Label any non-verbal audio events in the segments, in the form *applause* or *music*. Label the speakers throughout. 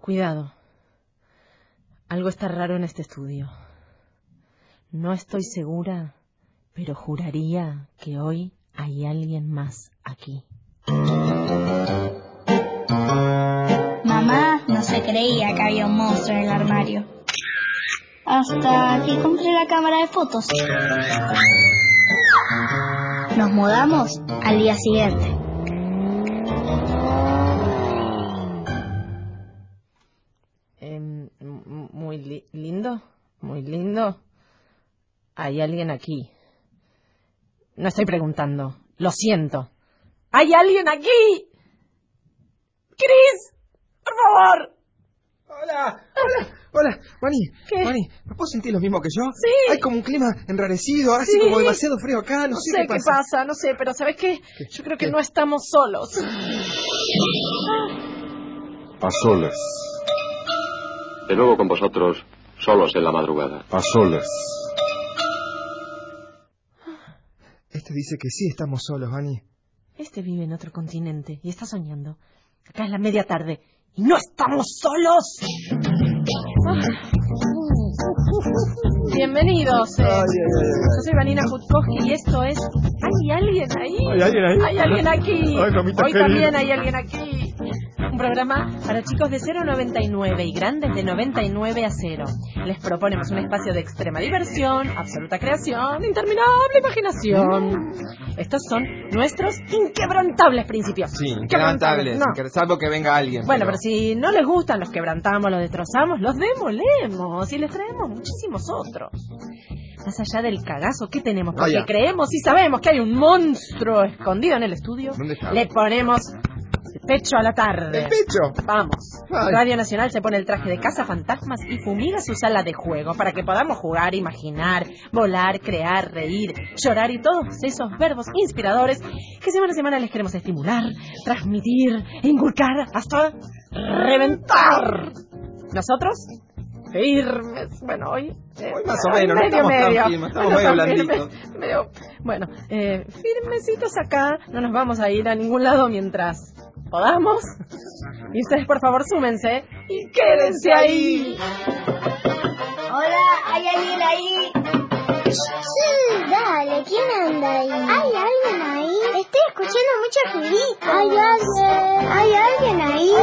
Speaker 1: Cuidado. Algo está raro en este estudio. No estoy segura, pero juraría que hoy hay alguien más aquí.
Speaker 2: Mamá no se creía que había un monstruo en el armario. Hasta que compré la cámara de fotos. Nos mudamos al día siguiente.
Speaker 1: Em, m- m- muy li- lindo, muy lindo. Hay alguien aquí. No estoy preguntando, lo siento. ¡Hay alguien aquí! ¡Chris! ¡Por favor!
Speaker 3: Hola, hola, hola, Mani,
Speaker 1: ¿Qué?
Speaker 3: Mani, ¿vos sentís lo mismo que yo?
Speaker 1: Sí.
Speaker 3: Hay como un clima enrarecido, hace
Speaker 1: Sí.
Speaker 3: como demasiado frío acá, no,
Speaker 1: No sé qué pasa. no sé, pero ¿sabes qué? Yo creo que no estamos *laughs* solos.
Speaker 4: A solas,
Speaker 5: De nuevo con vosotros, solos en la madrugada.
Speaker 4: a solas.
Speaker 3: Este dice que sí estamos solos, Mani.
Speaker 1: Este vive en otro continente y está soñando. Acá es la media tarde y no estamos solos. Bienvenidos. eh. Yo soy Vanina Jutkov y esto es ¿Hay alguien ahí?
Speaker 3: ¿Hay alguien ahí?
Speaker 1: Hay alguien aquí.
Speaker 3: Ay, mamita,
Speaker 1: Hoy
Speaker 3: qué
Speaker 1: también
Speaker 3: lindo.
Speaker 1: hay alguien aquí. Un programa para chicos de 0 a 99 y grandes de 99 a 0. Les proponemos un espacio de extrema diversión, absoluta creación, interminable imaginación.
Speaker 3: Mm.
Speaker 1: Estos son nuestros inquebrantables principios.
Speaker 6: Sí, inquebrantables.
Speaker 1: No.
Speaker 6: inque- Salvo que venga alguien.
Speaker 1: Bueno, pero si no les gustan, los quebrantamos, los destrozamos, los demolemos y les traemos muchísimos otros. Más allá del cagazo que tenemos, porque
Speaker 6: Vaya.
Speaker 1: creemos y sabemos que hay un monstruo escondido en el estudio,
Speaker 6: ¿Dónde está?
Speaker 1: le ponemos el pecho a la tarde.
Speaker 3: ¡El pecho!
Speaker 1: Vamos.
Speaker 3: Ay.
Speaker 1: Radio Nacional se pone el traje de caza fantasmas y fumiga su sala de juego para que podamos jugar, imaginar, volar, crear, reír, llorar y todos esos verbos inspiradores que semana a semana les queremos estimular, transmitir, inculcar hasta reventar. Nosotros firmes. Bueno, hoy. eh,
Speaker 6: Hoy más o menos, no estamos tan firmes, estamos
Speaker 1: Bueno,
Speaker 6: medio
Speaker 1: tan
Speaker 6: blanditos.
Speaker 1: firmes, medio- bueno, eh, firmecitos acá, no nos vamos a ir a ningún lado mientras podamos. Y ustedes, por favor, súmense y quédense ahí.
Speaker 2: Hola, ¿hay alguien ahí?
Speaker 7: Sí, dale, ¿quién anda ahí? ¿Hay alguien ahí? Estoy escuchando
Speaker 8: Ah,
Speaker 7: muchos ruiditos. ¿Hay alguien? ¿Hay alguien ahí?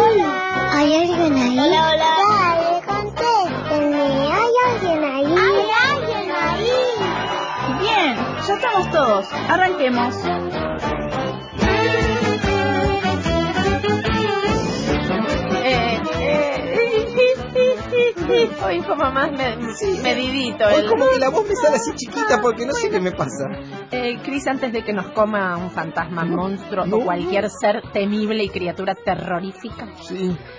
Speaker 7: ¿Hay alguien ahí? Hola, hola. Dale, contésteme. ¿Hay alguien ahí? ¿Hay alguien ahí?
Speaker 2: Bien, ya estamos todos. Arranquemos.
Speaker 1: Eh, eh, Hoy como más me- medidito.
Speaker 6: Hoy
Speaker 1: el-
Speaker 6: como que la voz me sale así chiquita porque no sé qué me pasa.
Speaker 1: Eh, Cris, antes de que nos coma un fantasma, monstruo o
Speaker 6: no.
Speaker 1: cualquier ser temible y criatura terrorífica,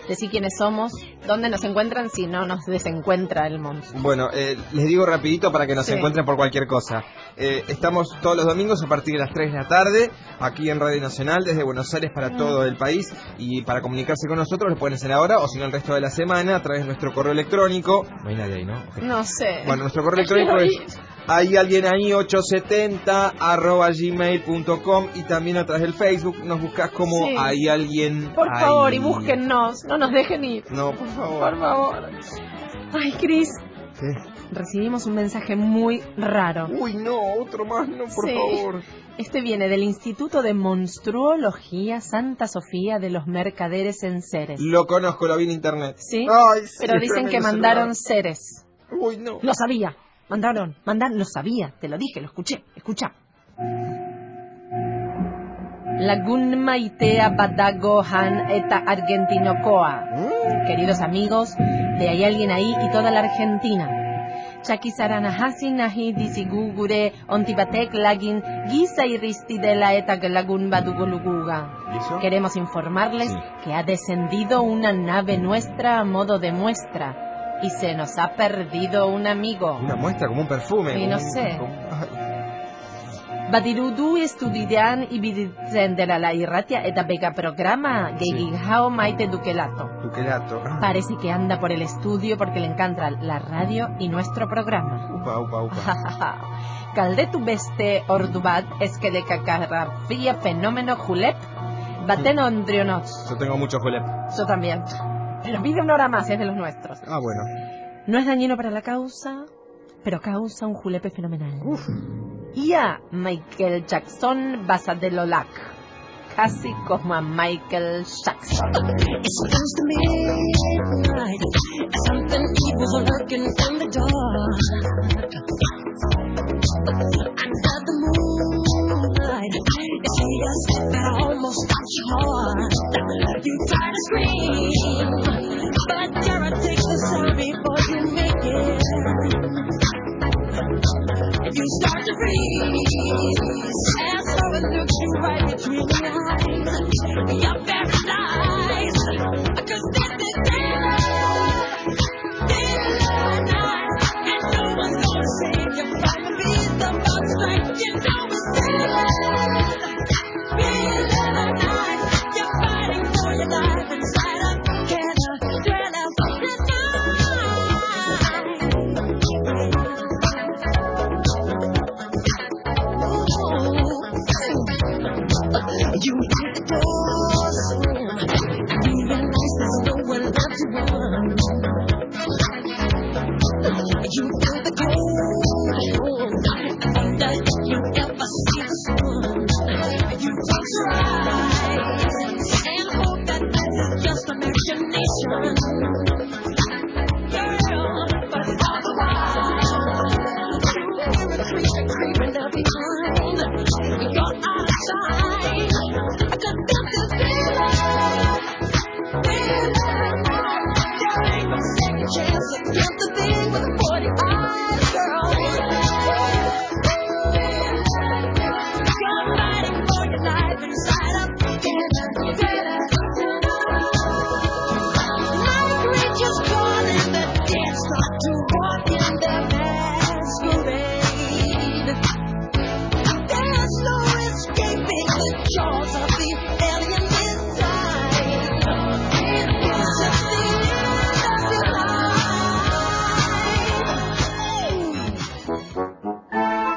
Speaker 1: decir quiénes somos, dónde nos encuentran si no nos desencuentra el monstruo.
Speaker 6: Bueno, eh, les digo rapidito para que nos
Speaker 1: Sí.
Speaker 6: encuentren por cualquier cosa. Eh, estamos todos los domingos a partir de las 3 de la tarde aquí en Radio Nacional desde Buenos Aires
Speaker 1: Mm.
Speaker 6: para todo el país y para comunicarse con nosotros lo pueden hacer ahora o si no el resto de la semana a través de nuestro correo electrónico. No hay nadie ahí, ¿no? Ok.
Speaker 1: No sé.
Speaker 6: Bueno, nuestro
Speaker 1: *laughs*
Speaker 6: correo electrónico
Speaker 1: Quiero
Speaker 6: es
Speaker 1: ir.
Speaker 6: hay alguien ahí 870 arroba gmail.com y también a través del Facebook nos buscas como
Speaker 1: Sí.
Speaker 6: hay alguien
Speaker 1: Por
Speaker 6: ahí".
Speaker 1: favor, y búsquennos, no nos dejen ir.
Speaker 6: No, por favor.
Speaker 1: Por favor. Ay, Cris,
Speaker 3: ¿Qué?
Speaker 1: recibimos un mensaje muy raro.
Speaker 6: Uy, no, otro más, no, por
Speaker 1: Sí.
Speaker 6: favor.
Speaker 1: Este viene del Instituto de Monstruología Santa Sofía de los Mercaderes en Ceres.
Speaker 6: Lo conozco, lo vi en internet.
Speaker 1: ¿Sí?
Speaker 6: Ay, sí,
Speaker 1: Pero dicen
Speaker 6: tremendo
Speaker 1: que
Speaker 6: celular.
Speaker 1: mandaron seres.
Speaker 6: Uy, no.
Speaker 1: Lo sabía. Mandaron, mandaron, lo sabía, te lo dije, lo escuché, escucha. Lagun Maitea Badago Han Eta Argentinocoa.
Speaker 6: ¿Eh?
Speaker 1: Queridos amigos, de hay alguien ahí y toda la Argentina. Chakisaranahasi nahi disigugure ontibatek lagin gisa irristidela eta lagun badugoluguga.
Speaker 6: ¿Y eso?
Speaker 1: Queremos informarles
Speaker 6: Sí.
Speaker 1: que ha descendido una nave nuestra a modo de muestra y se nos ha perdido un amigo.
Speaker 6: Una muestra como un perfume.
Speaker 1: Sí,
Speaker 6: como
Speaker 1: no
Speaker 6: un-
Speaker 1: sé.
Speaker 6: como- Ay,
Speaker 1: Badirudu estudian y biditzen dela la irratia eta bega programa gehiago maite dukelato.
Speaker 6: tu quelato. Ah,
Speaker 1: Parece que anda por el estudio porque le encanta la radio y nuestro programa.
Speaker 6: Upa, upa,
Speaker 1: *laughs*
Speaker 6: upa.
Speaker 1: Galdetu beste ordu bat eskelekakarrafia fenómeno julep baten ondrionoz.
Speaker 6: Yo tengo mucho julep.
Speaker 1: Yo también. Pero pide una hora más, es de los nuestros.
Speaker 6: Ah, bueno.
Speaker 1: No es dañino para la causa, pero causa un julepe fenomenal. Y a Michael Jackson Basadelolak. Casi como a Michael Jackson.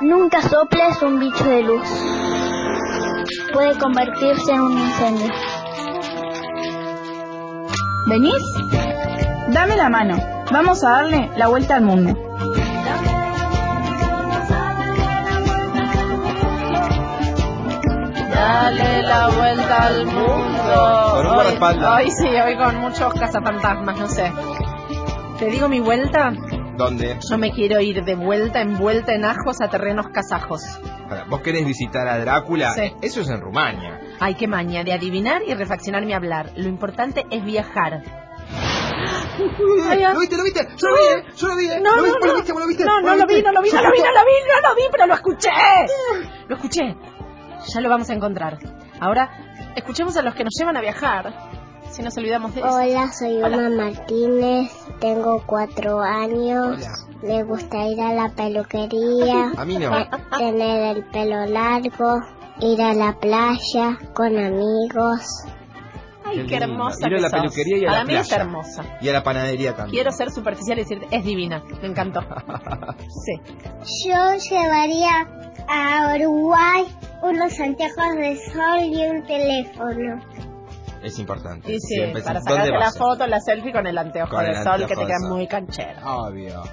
Speaker 2: Nunca soples un bicho de luz. Puede convertirse en un incendio.
Speaker 9: ¿Venís? Dame la mano. Vamos a darle la vuelta al mundo.
Speaker 1: Dale la vuelta al mundo.
Speaker 6: Con un
Speaker 1: Hoy-
Speaker 6: guardaespaldas.
Speaker 1: Hoy sí, hoy con muchos cazafantasmas, no sé. ¿Te digo mi vuelta?
Speaker 6: ¿Dónde?
Speaker 1: Yo me quiero ir de vuelta en vuelta en ajos a terrenos kazajos.
Speaker 6: Pará, ¿Vos querés visitar a Drácula?
Speaker 1: Sí.
Speaker 6: Eso es en Rumania.
Speaker 1: Ay, qué maña de adivinar y refaccionar mi hablar. Lo importante es viajar. Ay, ah.
Speaker 6: ¿Lo viste? ¿Lo viste? Yo lo vi, ¿eh? Yo lo vi. ¿eh?
Speaker 1: No,
Speaker 6: ¿Lo
Speaker 1: no,
Speaker 6: viste?
Speaker 1: no.
Speaker 6: ¿Vos ¿Lo viste? ¿Vos ¿Lo viste?
Speaker 1: No,
Speaker 6: ¿Vos
Speaker 1: no lo vi, no lo vi, no lo vi,
Speaker 6: Yo
Speaker 1: no lo vi, no lo vi, pero lo escuché. Lo escuché. Ya lo vamos a encontrar. Ahora, escuchemos a los que nos llevan a viajar. Si nos olvidamos de eso.
Speaker 8: Hola, soy
Speaker 1: Hola.
Speaker 8: Uma Martínez, tengo cuatro años,
Speaker 6: Hola.
Speaker 8: me gusta ir a la peluquería,
Speaker 6: A mí no.
Speaker 8: eh, tener el pelo largo, ir a la playa con amigos.
Speaker 1: Ay,
Speaker 6: Qué
Speaker 1: qué
Speaker 6: lindo.
Speaker 1: hermosa.
Speaker 6: Ir a
Speaker 1: que
Speaker 6: la
Speaker 1: sos.
Speaker 6: peluquería y a la
Speaker 1: Para mí es
Speaker 6: playa.
Speaker 1: hermosa.
Speaker 6: Y a la panadería también.
Speaker 1: Quiero ser superficial y decir, es divina. Me
Speaker 6: *laughs*
Speaker 1: encantó. Sí.
Speaker 8: Yo llevaría a Uruguay unos anteojos de sol y un teléfono.
Speaker 6: Es importante.
Speaker 1: Sí, sí.
Speaker 6: Siempre es-
Speaker 1: Para
Speaker 6: ¿Dónde
Speaker 1: sacarte la
Speaker 6: vas?
Speaker 1: foto, la selfie con el anteojo
Speaker 6: Con
Speaker 1: de
Speaker 6: el
Speaker 1: sol que te
Speaker 6: anteojo de
Speaker 1: queda
Speaker 6: sol.
Speaker 1: muy canchero.
Speaker 6: Obvio.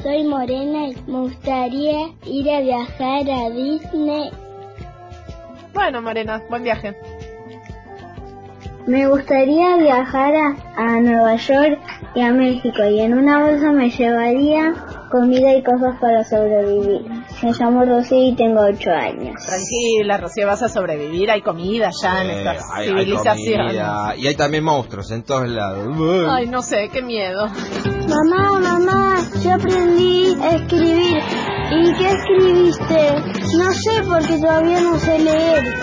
Speaker 8: Soy morena y me gustaría ir a viajar a Disney.
Speaker 1: Bueno, Morena, buen viaje.
Speaker 8: Me gustaría viajar a, a Nueva York y a México y en una bolsa me llevaría comida y cosas para sobrevivir. Me llamo Rosy y tengo 8 años.
Speaker 1: Tranquila, Rocío, vas a sobrevivir. Hay comida ya en
Speaker 6: Eh,
Speaker 1: esta
Speaker 6: hay- hay
Speaker 1: civilización.
Speaker 6: comida, y hay también monstruos en todos lados.
Speaker 1: Ay, no sé, qué miedo.
Speaker 8: Mamá, mamá, yo aprendí a escribir. ¿Y qué escribiste? No sé porque todavía no sé leer.
Speaker 9: *laughs*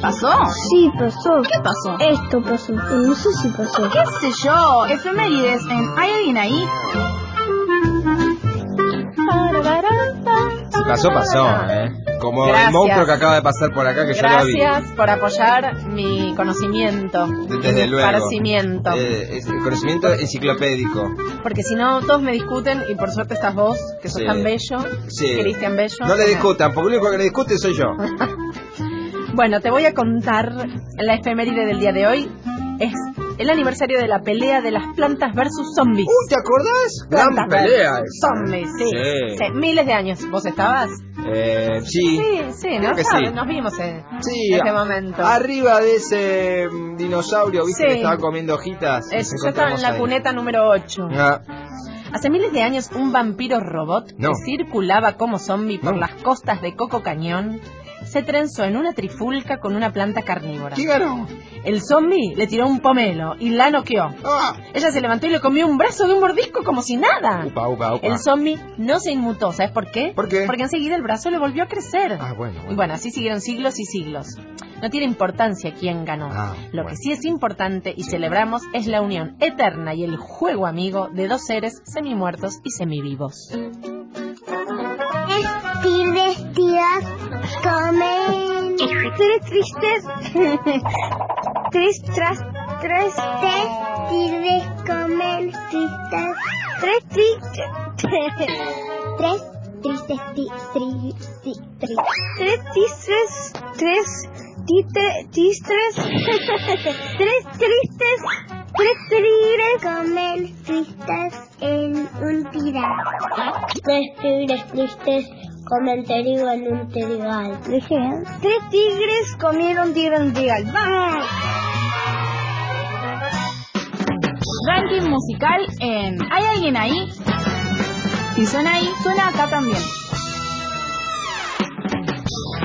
Speaker 9: ¿Pasó?
Speaker 8: Sí, pasó.
Speaker 9: ¿Qué pasó?
Speaker 8: Esto pasó. No sé si pasó.
Speaker 9: ¿Qué sé yo? Efemérides en ¿Hay alguien ahí?
Speaker 6: Si pasó, pasó, ¿eh? Como
Speaker 1: Gracias.
Speaker 6: el monstruo que acaba de pasar por acá que yo lo vi.
Speaker 1: Gracias por apoyar mi conocimiento,
Speaker 6: Desde
Speaker 1: mi
Speaker 6: luego.
Speaker 1: esparcimiento.
Speaker 6: Eh, es- el conocimiento enciclopédico.
Speaker 1: Porque si no, todos me discuten y por suerte estás vos, que sos
Speaker 6: Sí.
Speaker 1: tan bello,
Speaker 6: Sí.
Speaker 1: Cristian Bello.
Speaker 6: No
Speaker 1: que
Speaker 6: le
Speaker 1: me- *laughs*
Speaker 6: discutan, porque el único que le discute soy yo.
Speaker 1: Bueno, te voy a contar la efeméride del día de hoy. Es el aniversario de la pelea de las plantas versus zombies.
Speaker 6: ¡Uy, ¿te acordás? Gran
Speaker 1: Plantas
Speaker 6: pelea.
Speaker 1: versus
Speaker 6: esa.
Speaker 1: Zombies, sí.
Speaker 6: Sí.
Speaker 1: Sí, Miles de años. ¿Vos estabas?
Speaker 6: Eh, sí.
Speaker 1: Sí, sí,
Speaker 6: Creo
Speaker 1: ¿no?
Speaker 6: que
Speaker 1: Sabes,
Speaker 6: sí.
Speaker 1: Nos vimos en
Speaker 6: Sí,
Speaker 1: ese
Speaker 6: a-
Speaker 1: momento.
Speaker 6: Arriba de ese mm, dinosaurio, ¿viste?
Speaker 1: Sí.
Speaker 6: Que estaba comiendo hojitas.
Speaker 1: Eh,
Speaker 6: Nos
Speaker 1: yo estaba en
Speaker 6: encontramos
Speaker 1: la
Speaker 6: ahí.
Speaker 1: cuneta número 8.
Speaker 6: Ah,
Speaker 1: Hace miles de años, un vampiro robot
Speaker 6: No.
Speaker 1: que circulaba como zombie por
Speaker 6: No.
Speaker 1: las costas de Coco Cañón se trenzó en una trifulca con una planta carnívora.
Speaker 6: ¿Quién ganó?
Speaker 1: El zombie le tiró un pomelo y la noqueó.
Speaker 6: Ah.
Speaker 1: Ella se levantó y le comió un brazo de un mordisco como si nada.
Speaker 6: Upa, upa, upa.
Speaker 1: El zombie no se inmutó, ¿sabes por qué?
Speaker 6: Oh, ah. ¿Por qué?
Speaker 1: Porque enseguida el brazo le volvió a crecer.
Speaker 6: Ah, bueno, bueno.
Speaker 1: Y bueno, así siguieron siglos y siglos. No tiene importancia quién ganó.
Speaker 6: Ah,
Speaker 1: Lo
Speaker 6: bueno.
Speaker 1: que sí es importante y celebramos es la unión eterna y el juego amigo de dos seres semimuertos y semivivos.
Speaker 7: Vestir, vestidas,
Speaker 9: *laughs*
Speaker 7: comen. Tres tristes.
Speaker 8: *laughs*
Speaker 7: Tres tras. Tres tristes, comen tristes. Tres tristes. *laughs* Tres tristes, ti, tri, ti, tri. Tres tristes, tres tite, tristes. *laughs* tres tristes, tres tristes. Comen tristes en un tirar. Tres tigres tristes comen trigo en un trigal. Tres tigres comieron trigo en un trigal. ¡Vamos!
Speaker 4: Ranking musical en ¿Hay alguien ahí? Si suena ahí, suena acá también.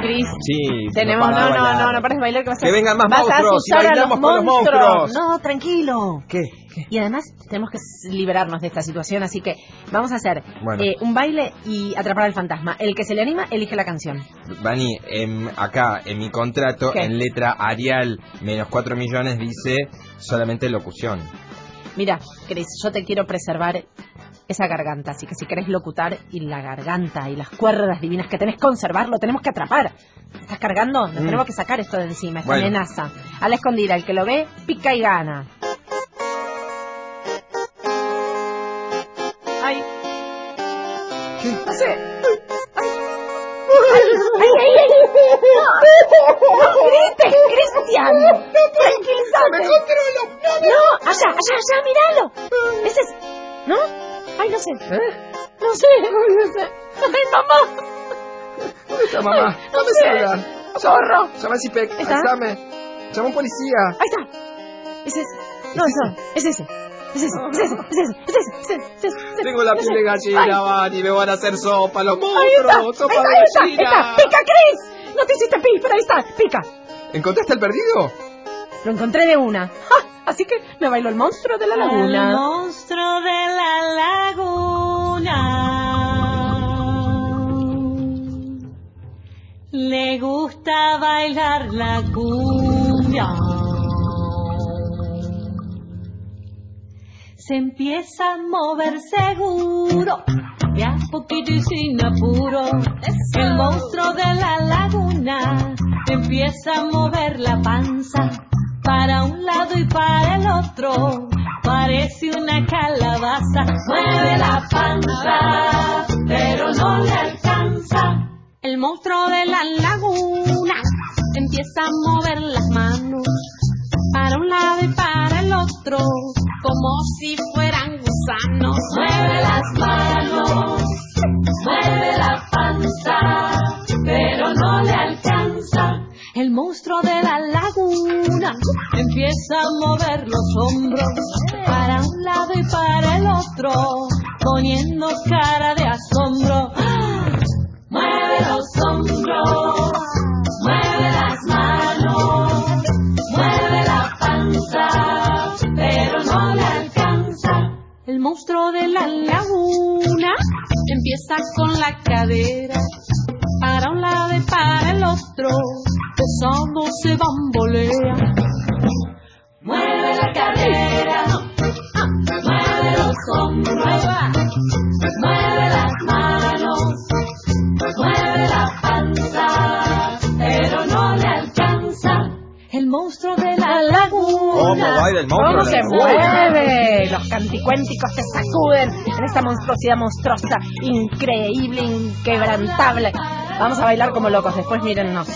Speaker 1: Cris,
Speaker 6: Sí,
Speaker 1: tenemos... No,
Speaker 6: para
Speaker 1: no,
Speaker 6: bailar.
Speaker 1: no, no pares de bailar que vas a...
Speaker 6: Que vengan más
Speaker 1: vas
Speaker 6: monstruos y
Speaker 1: a asustar a los
Speaker 6: bailamos con los
Speaker 1: monstruos.
Speaker 6: monstruos.
Speaker 1: No, tranquilo.
Speaker 6: ¿Qué?
Speaker 1: Y además tenemos que liberarnos de esta situación, así que vamos a hacer
Speaker 6: Bueno.
Speaker 1: eh, un baile y atrapar al fantasma. El que se le anima, elige la canción.
Speaker 6: Bani, em, acá en mi contrato,
Speaker 1: ¿Qué?
Speaker 6: en letra Arial menos 4 millones, dice solamente locución.
Speaker 1: Mira, Cris, yo te quiero preservar esa garganta, así que si querés locutar y la garganta y las cuerdas divinas que tenés, conservarlo, tenemos que atrapar. ¿Te estás cargando? Nos
Speaker 6: Mm.
Speaker 1: tenemos que sacar esto de encima, esta
Speaker 6: Bueno.
Speaker 1: amenaza. A la escondida, el que lo ve, pica y
Speaker 6: *laughs*
Speaker 1: gana. Ay. No sé. Ay. Ay. Ay, ay, ay. No, no grites, Cristian. Tranquilízate. No, allá, allá, allá, míralo. Ese es... ¿No? Ay, no sé. No sé, ¿Eh? no sé. Ay, mamá.
Speaker 6: ¿Dónde está mamá?
Speaker 1: Ay, no
Speaker 6: ¿Dónde
Speaker 1: sé.
Speaker 6: se habla?
Speaker 1: Zorro.
Speaker 6: Llama a Cipec,
Speaker 1: ¿Está?
Speaker 6: avísame. Llama a un policía.
Speaker 1: Ahí está. Ese es... No, no, es ese. Es ese, es ese, es ese, es ese, es ese, es ese, es ese.
Speaker 6: Tengo la piel de
Speaker 1: Ay.
Speaker 6: gallina, Bani, me van a hacer sopa los
Speaker 1: Ahí está, ahí
Speaker 6: monstruos,
Speaker 1: está,
Speaker 6: sopa
Speaker 1: ahí está, ahí
Speaker 6: de gallina.
Speaker 1: está. ¡Pica, Chris! No te hiciste pis, pero ahí está, pica.
Speaker 6: ¿Encontraste al perdido?
Speaker 1: Lo encontré de una. ¡Ja! Así que me bailó el monstruo de la laguna.
Speaker 10: monstruo de la laguna. Le gusta bailar la cumbia. Se empieza a mover seguro, y a poquito y sin apuro. El monstruo de la laguna empieza a mover la panza para un lado y para el otro. Parece una calabaza, mueve la panza, pero no le alcanza. El monstruo de la laguna empieza a mover las manos para un lado y para el otro, como si fueran gusanos. Mueve las manos, mueve la panza, pero no le alcanza. El monstruo de la laguna empieza a mover los hombros para un lado y para el otro, poniendo cara de asombro. ¡Ah! Mueve los hombros, mueve las manos, mueve la panza, pero no le alcanza. El monstruo de la laguna empieza con la cadera para un lado y para el otro, pesando se bambolea. Mueve la cadera, mueve los hombros, mueve las manos, mueve la panza, pero no le alcanza. El monstruo de la
Speaker 6: ¿Cómo
Speaker 10: laguna.
Speaker 6: baila el monstruo?
Speaker 1: ¿Cómo
Speaker 6: de
Speaker 1: se
Speaker 6: la laguna?
Speaker 1: mueve? Los canticuénticos se sacuden en esta monstruosidad monstruosa, increíble, inquebrantable. Vamos a bailar como locos, después mírennos.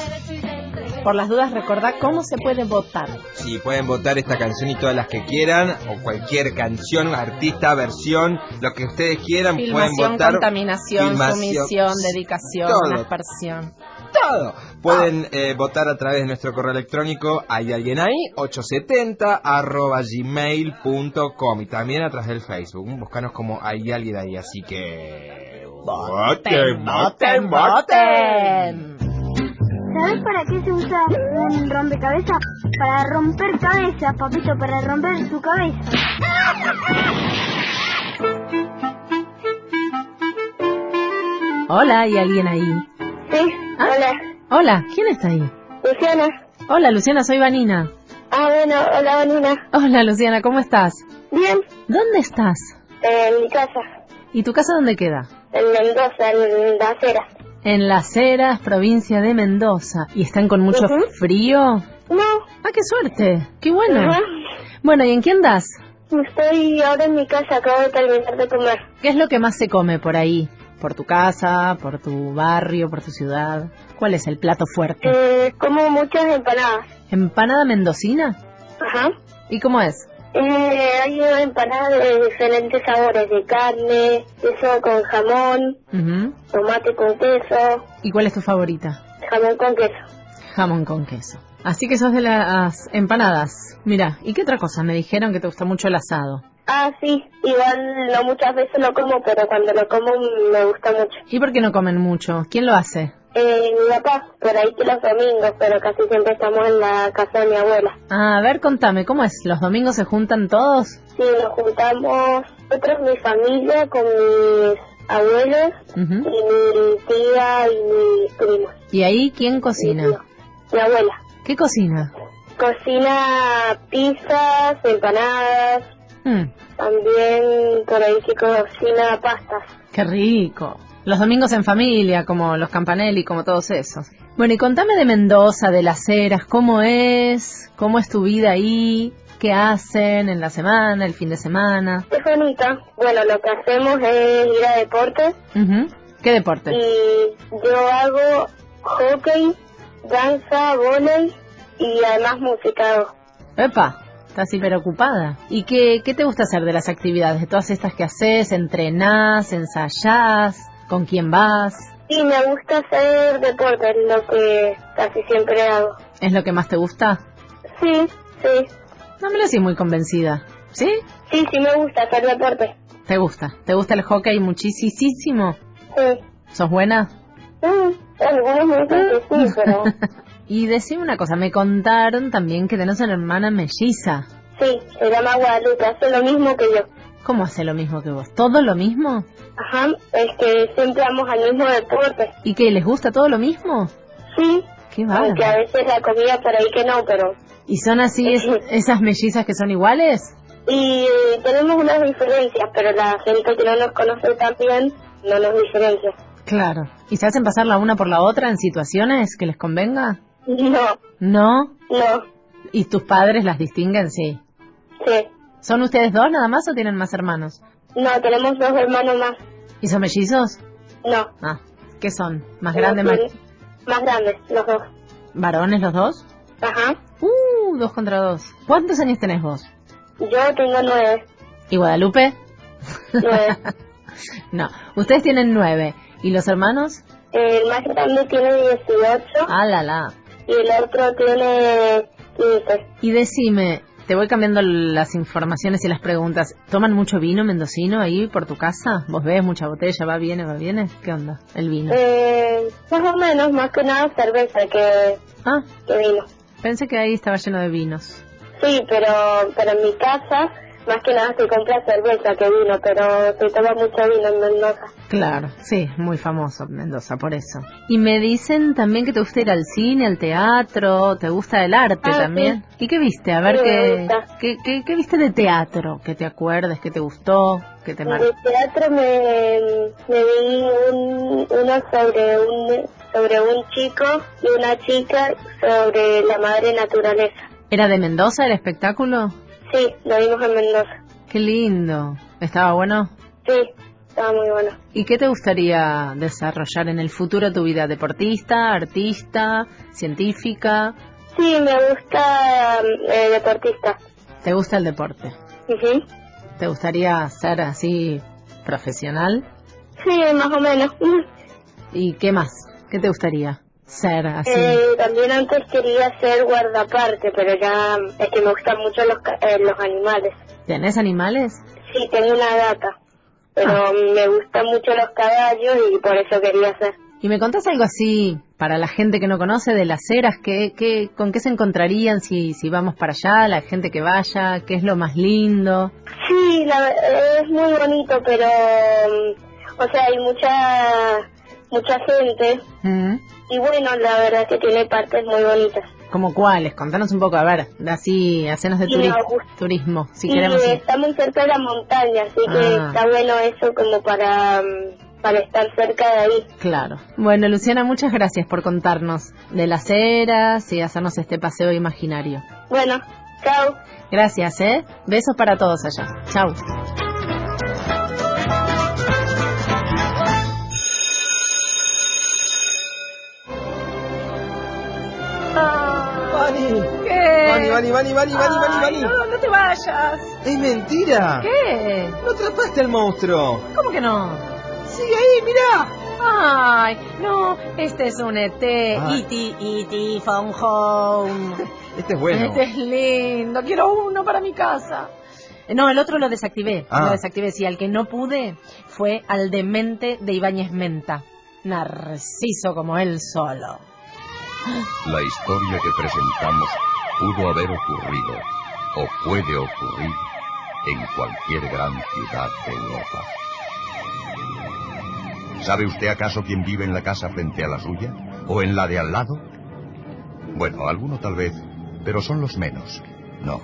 Speaker 1: Por las dudas, recordá cómo se puede votar.
Speaker 6: Si pueden votar esta canción y todas las que quieran, o cualquier canción, artista, versión, lo que ustedes quieran, pueden
Speaker 1: Filmación,
Speaker 6: votar.
Speaker 1: contaminación,
Speaker 6: Filmación,
Speaker 1: sumisión, dedicación,
Speaker 6: todo.
Speaker 1: aspersión.
Speaker 6: todo. Pueden eh, votar a través de nuestro correo electrónico hay alguien ahí 870 arroba gmail.com y también a través del Facebook. Búscanos como hay alguien ahí, así que... Voten, voten, voten.
Speaker 7: ¿Sabes para qué se usa un rompecabezas? Para romper cabezas, papito, para romper tu cabeza.
Speaker 1: Hola, ¿hay alguien ahí?
Speaker 7: Sí,
Speaker 1: Ah.
Speaker 7: hola,
Speaker 1: Hola, ¿quién está ahí?
Speaker 7: Luciana.
Speaker 1: Hola, Luciana, soy Vanina.
Speaker 7: Ah, bueno, hola, Vanina.
Speaker 1: Hola, Luciana, ¿cómo estás?
Speaker 7: Bien,
Speaker 1: ¿Dónde estás?
Speaker 7: en mi casa,
Speaker 1: ¿Y tu casa dónde queda?
Speaker 7: en Mendoza, en la acera.
Speaker 1: En Las Heras, provincia de Mendoza. ¿Y están con mucho
Speaker 7: Ujú.
Speaker 1: frío?
Speaker 7: No,
Speaker 1: Ah, qué suerte. Qué bueno.
Speaker 7: Ajá.
Speaker 1: Bueno, ¿y en quién das?
Speaker 7: estoy ahora en mi casa, acabo de terminar de comer.
Speaker 1: ¿Qué es lo que más se come por ahí? ¿Por tu casa, por tu barrio, por tu ciudad? ¿Cuál es el plato fuerte?
Speaker 7: Eh, como muchas empanadas.
Speaker 1: ¿Empanada mendocina?
Speaker 7: Ajá.
Speaker 1: ¿Y cómo es?
Speaker 7: Eh, hay una empanada de diferentes sabores, de carne, queso con jamón,
Speaker 1: Ujú.
Speaker 7: tomate con queso,
Speaker 1: ¿Y cuál es tu favorita?
Speaker 7: jamón con queso.
Speaker 1: Jamón con queso. Así que sos de las empanadas. Mira, ¿y qué otra cosa? Me dijeron que te gusta mucho el asado.
Speaker 7: Ah, sí, igual no muchas veces lo como, pero cuando lo como me gusta mucho.
Speaker 1: ¿Y por qué no comen mucho? ¿Quién lo hace?
Speaker 7: Eh, mi papá, por ahí que los domingos, pero casi siempre estamos en la casa de mi abuela.
Speaker 1: Ah, a ver, contame, ¿cómo es? ¿Los domingos se juntan todos?
Speaker 7: Sí, nos juntamos, nosotros, mi familia, con mis abuelos, y
Speaker 1: Ujú.
Speaker 7: mi tía y mis primos.
Speaker 1: ¿Y ahí quién cocina?
Speaker 7: Mi abuela.
Speaker 1: ¿Qué cocina?
Speaker 7: Cocina pizzas, empanadas,
Speaker 1: Mm,
Speaker 7: también por ahí que cocina pastas.
Speaker 1: qué rico. Los domingos en familia, como los Campanelli, como todos esos. Bueno, y contame de Mendoza, de las Heras, ¿cómo es? ¿Cómo es tu vida ahí? ¿Qué hacen en la semana, el fin de semana?
Speaker 7: Es bonita. Bueno, lo que hacemos es ir a deportes
Speaker 1: Ujú. ¿Qué deporte?
Speaker 7: y yo hago hockey, danza, volei y además música. hago.
Speaker 1: Epa, estás hiperocupada. ¿Y qué, qué te gusta hacer de las actividades, de todas estas que haces? ¿Entrenás, ensayás? ¿Con quién vas?
Speaker 7: Y me gusta hacer deportes, lo que casi siempre hago.
Speaker 1: ¿Es lo que más te gusta?
Speaker 7: Sí, sí,
Speaker 1: No me lo decís muy convencida. ¿Sí?
Speaker 7: sí, sí me gusta hacer deportes.
Speaker 1: ¿Te gusta? ¿Te gusta el hockey muchísimo?
Speaker 7: Sí.
Speaker 1: ¿Sos buena?
Speaker 7: Mm, algunos me dicen que sí, pero
Speaker 1: *laughs* y decime una cosa, me contaron también que tenés una hermana melliza.
Speaker 7: sí, se llama Guadalupe, hace lo mismo que yo.
Speaker 1: ¿Cómo hace lo mismo que vos? ¿Todo lo mismo?
Speaker 7: Ajá, es que siempre vamos al mismo deporte.
Speaker 1: ¿Y qué? ¿Les gusta todo lo mismo?
Speaker 7: Sí,
Speaker 1: ¡Qué
Speaker 7: aunque a
Speaker 1: bárbaro!
Speaker 7: veces la comida por ahí que no, pero...
Speaker 1: ¿Y son así es- esas mellizas que son iguales?
Speaker 7: Y eh, tenemos unas diferencias, pero la gente que no nos conoce tan bien no nos diferencia.
Speaker 1: Claro. ¿Y se hacen pasar la una por la otra en situaciones que les convenga?
Speaker 7: No,
Speaker 1: ¿No?
Speaker 7: no,
Speaker 1: ¿Y tus padres las distinguen? Sí.
Speaker 7: sí.
Speaker 1: ¿Son ustedes dos nada más o tienen más hermanos?
Speaker 7: No, tenemos dos hermanos más.
Speaker 1: ¿Y son mellizos?
Speaker 7: No.
Speaker 1: Ah, ¿qué son? ¿Más grandes, más
Speaker 7: Más grandes, los dos.
Speaker 1: varones los dos?
Speaker 7: Ajá.
Speaker 1: Uh, dos contra dos. ¿Cuántos años tenés vos?
Speaker 7: Yo
Speaker 1: *laughs*
Speaker 7: tengo nueve.
Speaker 1: ¿Y Guadalupe?
Speaker 7: nueve.
Speaker 1: No, ustedes tienen nueve. ¿Y los hermanos?
Speaker 7: El más grande tiene 18
Speaker 1: Ah, la, la.
Speaker 7: y el otro tiene 15.
Speaker 1: Y decime, te voy cambiando las informaciones y las preguntas. ¿Toman mucho vino mendocino ahí por tu casa? ¿Vos ves mucha botella? ¿Va, viene, va, viene? ¿Qué onda? El vino.
Speaker 7: Eh, más o menos, más que nada cerveza que,
Speaker 1: Ah,
Speaker 7: que vino.
Speaker 1: pensé que ahí estaba lleno de vinos.
Speaker 7: Sí, pero, pero en mi casa más que nada se compra cerveza que vino, pero se toma mucho vino en Mendoza.
Speaker 1: Claro, sí, muy famoso Mendoza, por eso. Y me dicen también que te gusta ir al cine, al teatro, te gusta el arte
Speaker 7: Ah,
Speaker 1: también. ¿Y qué viste? A ver,
Speaker 7: Sí, me
Speaker 1: qué,
Speaker 7: gusta.
Speaker 1: qué, qué- qué viste de teatro? Que te acuerdes, que te gustó, que te
Speaker 7: En
Speaker 1: marcó.
Speaker 7: el teatro me, me vi un, uno sobre un, sobre un chico y una chica sobre la madre naturaleza.
Speaker 1: ¿Era de Mendoza el espectáculo?
Speaker 7: Sí, lo vimos en Mendoza.
Speaker 1: Qué lindo. ¿Estaba bueno?
Speaker 7: Sí,
Speaker 11: estaba muy bueno.
Speaker 1: ¿Y qué te gustaría desarrollar en el futuro tu vida? ¿Deportista, artista, científica?
Speaker 11: Sí, me gusta eh, deportista.
Speaker 1: ¿Te gusta el deporte?
Speaker 11: Ujú.
Speaker 1: ¿Te gustaría ser así profesional?
Speaker 11: Sí, más o menos.
Speaker 1: ¿Y qué más? ¿Qué te gustaría ser así?
Speaker 11: Eh, también antes quería ser guardaparte, pero ya es que me gustan mucho los, ca- eh, los animales.
Speaker 1: ¿Tenés animales?
Speaker 11: Sí, tengo una gata, pero
Speaker 1: Ah.
Speaker 11: me gustan mucho los caballos y por eso quería ser.
Speaker 1: ¿Y me contás algo así para la gente que no conoce de las eras? ¿Qué, qué, ¿Con qué se encontrarían si, si vamos para allá? ¿La gente que vaya? ¿Qué es lo más lindo?
Speaker 11: Sí, la, es muy bonito, pero, mm, o sea, hay mucha, mucha gente
Speaker 1: Mm.
Speaker 11: y bueno, la verdad que tiene partes muy bonitas.
Speaker 1: ¿Cómo cuáles? Contanos un poco, a ver, así, hacenos de
Speaker 11: Sí,
Speaker 1: turi-
Speaker 11: me gusta.
Speaker 1: turismo, si
Speaker 11: y
Speaker 1: queremos
Speaker 11: eh,
Speaker 1: ir.
Speaker 11: está muy cerca de la montaña, así que
Speaker 1: Ah.
Speaker 11: está bueno eso como para, mm, para estar cerca de ahí.
Speaker 1: Claro. Bueno, Luciana, muchas gracias por contarnos de las eras y hacernos este paseo imaginario.
Speaker 11: Bueno, chao.
Speaker 1: Gracias, ¿eh? Besos para todos allá. Chau.
Speaker 6: Vani, Vani,
Speaker 1: ¿Qué?
Speaker 6: Vani, Vani, Vani, Vani, Vani, Vani.
Speaker 1: no te vayas.
Speaker 6: Es mentira.
Speaker 1: ¿Qué?
Speaker 6: No atrapaste al monstruo.
Speaker 1: ¿Cómo que no?
Speaker 6: Sigue ahí, mirá.
Speaker 1: Ay, no, este es un E ET.
Speaker 6: Ah.
Speaker 1: Iti, iti, phone home.
Speaker 6: Este es bueno.
Speaker 1: Este *laughs* es lindo. Quiero uno para mi casa. No, el otro lo desactivé.
Speaker 6: Ah.
Speaker 1: Lo desactivé. Sí, al que no pude fue al demente de Ibáñez Menta. Narciso como él solo.
Speaker 12: La historia que presentamos pudo haber ocurrido o puede ocurrir en cualquier gran ciudad de Europa. ¿Sabe usted acaso quién vive en la casa frente a la suya? ¿O en la de al lado? Bueno, alguno tal vez, pero son los menos. No.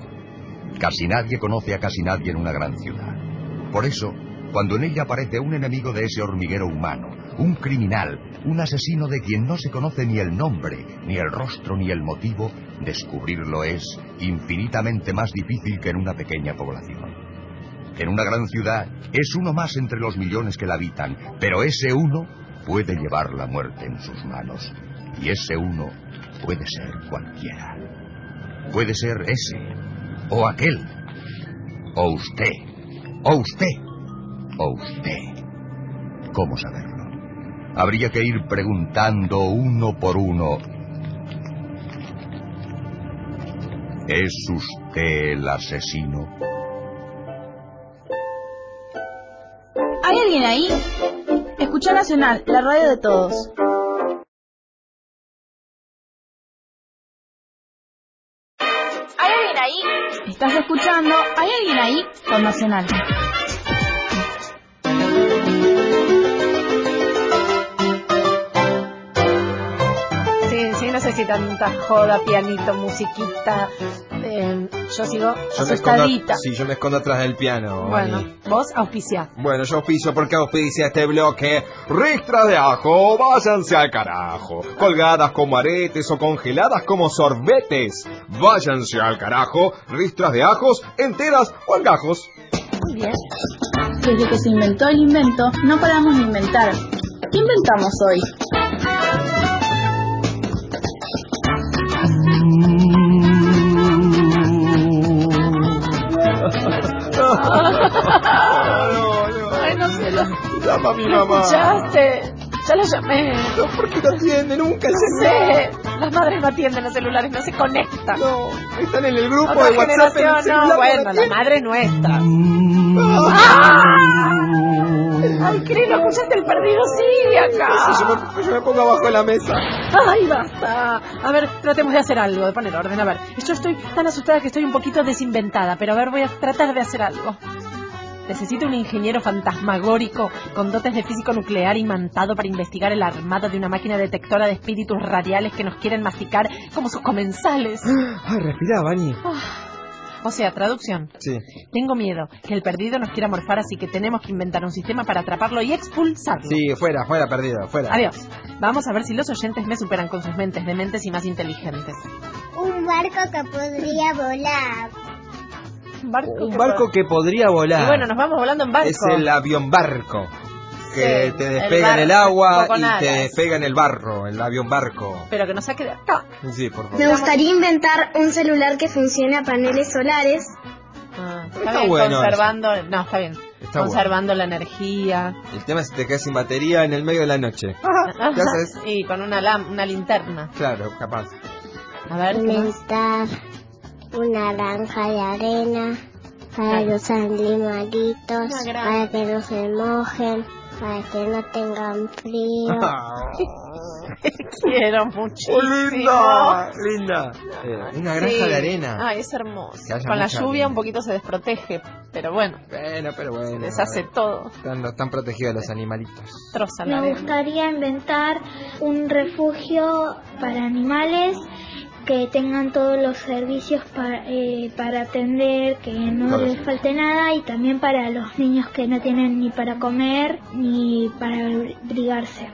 Speaker 12: Casi nadie conoce a casi nadie en una gran ciudad. Por eso, cuando en ella aparece un enemigo de ese hormiguero humano, un criminal, un asesino de quien no se conoce ni el nombre, ni el rostro, ni el motivo, descubrirlo es infinitamente más difícil que en una pequeña población. En una gran ciudad es uno más entre los millones que la habitan, pero ese uno puede llevar la muerte en sus manos. Y ese uno puede ser cualquiera. Puede ser ese, o aquel, o usted, o usted, o usted. ¿Cómo saberlo? Habría que ir preguntando uno por uno. ¿Es usted el asesino?
Speaker 4: ¿Hay alguien ahí? Escucha Nacional, la radio de todos. ¿Hay alguien ahí? Estás escuchando ¿Hay alguien ahí? Con
Speaker 6: *laughs*
Speaker 4: Nacional.
Speaker 1: Sí, sí, no sé si tanta joda, pianito, musiquita. Eh, yo sigo
Speaker 6: Yo me escondo-
Speaker 1: asustadita.
Speaker 6: sí, yo me escondo atrás del piano.
Speaker 1: bueno,
Speaker 6: Vani.
Speaker 1: vos auspiciás.
Speaker 6: Bueno, yo auspicio porque auspicia este bloque. Ristras de ajo, váyanse al carajo. Colgadas como aretes o congeladas como sorbetes. Váyanse al carajo. Ristras de ajos, enteras o en gajos.
Speaker 1: Muy bien.
Speaker 4: Desde que se inventó el invento, no paramos de inventar. ¿Qué inventamos hoy?
Speaker 1: Ay, no sé, lo
Speaker 6: Llama a mi mamá.
Speaker 1: escuchaste. Ya lo llamé.
Speaker 6: No, porque no atiende nunca el
Speaker 1: No sé. Las madres no atienden los celulares, no se conectan.
Speaker 6: No, están en el grupo
Speaker 1: Otra
Speaker 6: de WhatsApp. en el
Speaker 1: generación,
Speaker 6: celular, Ah.
Speaker 1: no, bueno, la
Speaker 6: atienden.
Speaker 1: madre no está. ¡Ah! Ay, querido, escuchaste el perdido, sigue
Speaker 6: Sí,
Speaker 1: acá.
Speaker 6: yo, me, yo me pongo abajo de la mesa.
Speaker 1: Ay, basta. A ver, tratemos de hacer algo, de poner orden. A ver, yo estoy tan asustada que estoy un poquito desinventada, pero a ver, voy a tratar de hacer algo. Necesito un ingeniero fantasmagórico con dotes de físico nuclear imantado para investigar el armado de una máquina detectora de espíritus radiales que nos quieren masticar como sus comensales. Ah.
Speaker 6: Ay, Ah, respirá, Vani.
Speaker 1: O sea, traducción.
Speaker 6: Sí.
Speaker 1: Tengo miedo que el perdido nos quiera morfar, así que tenemos que inventar un sistema para atraparlo y expulsarlo.
Speaker 6: Sí, fuera, fuera, perdido, fuera.
Speaker 1: Adiós. Vamos a ver si los oyentes me superan con sus mentes dementes y más inteligentes.
Speaker 7: Un barco que podría volar.
Speaker 1: barco
Speaker 6: Un barco que podría volar.
Speaker 1: Y bueno, nos vamos volando en barco.
Speaker 6: Es el avión barco. Que
Speaker 1: Sí,
Speaker 6: te
Speaker 1: el
Speaker 6: despega en el
Speaker 1: barco
Speaker 6: agua
Speaker 1: con
Speaker 6: y te
Speaker 1: alas.
Speaker 6: despega en el barro, el avión barco.
Speaker 1: Pero que nos saque de acá.
Speaker 6: Sí, por favor.
Speaker 8: Me gustaría inventar un celular que funcione a paneles solares.
Speaker 1: Ah, está,
Speaker 6: Está
Speaker 1: bien,
Speaker 6: bueno.
Speaker 1: conservando... No, está bien.
Speaker 6: Está
Speaker 1: conservando la energía.
Speaker 6: El tema es que te quedas sin batería en el medio de la noche.
Speaker 1: *laughs*
Speaker 6: ¿Qué haces?
Speaker 1: Y con una, lam- una linterna.
Speaker 6: Claro, capaz.
Speaker 1: A ver, ¿qué más?
Speaker 7: Inventar una granja de arena para
Speaker 1: Claro.
Speaker 7: los animalitos,
Speaker 1: Una granja.
Speaker 7: para que no se mojen, para que no tengan
Speaker 1: *laughs*
Speaker 7: frío. *laughs*
Speaker 1: Quiero muchísimo.
Speaker 6: ¡Oh, ¡Linda! ¡Linda! Eh, una granja
Speaker 1: Sí.
Speaker 6: de arena.
Speaker 1: Ay, es hermoso.
Speaker 6: Que haya
Speaker 1: Con la
Speaker 6: mucha
Speaker 1: lluvia
Speaker 6: arena.
Speaker 1: un poquito se desprotege, pero bueno,
Speaker 6: Bueno, pero bueno.
Speaker 1: deshace todo.
Speaker 6: Están, están protegidos los animalitos.
Speaker 1: Troza la
Speaker 8: Me
Speaker 1: arena.
Speaker 8: gustaría inventar un refugio para animales que tengan todos los servicios pa- eh, para atender, que no
Speaker 6: Claro.
Speaker 8: les falte nada y también para los niños que no tienen ni para comer ni para abrigarse.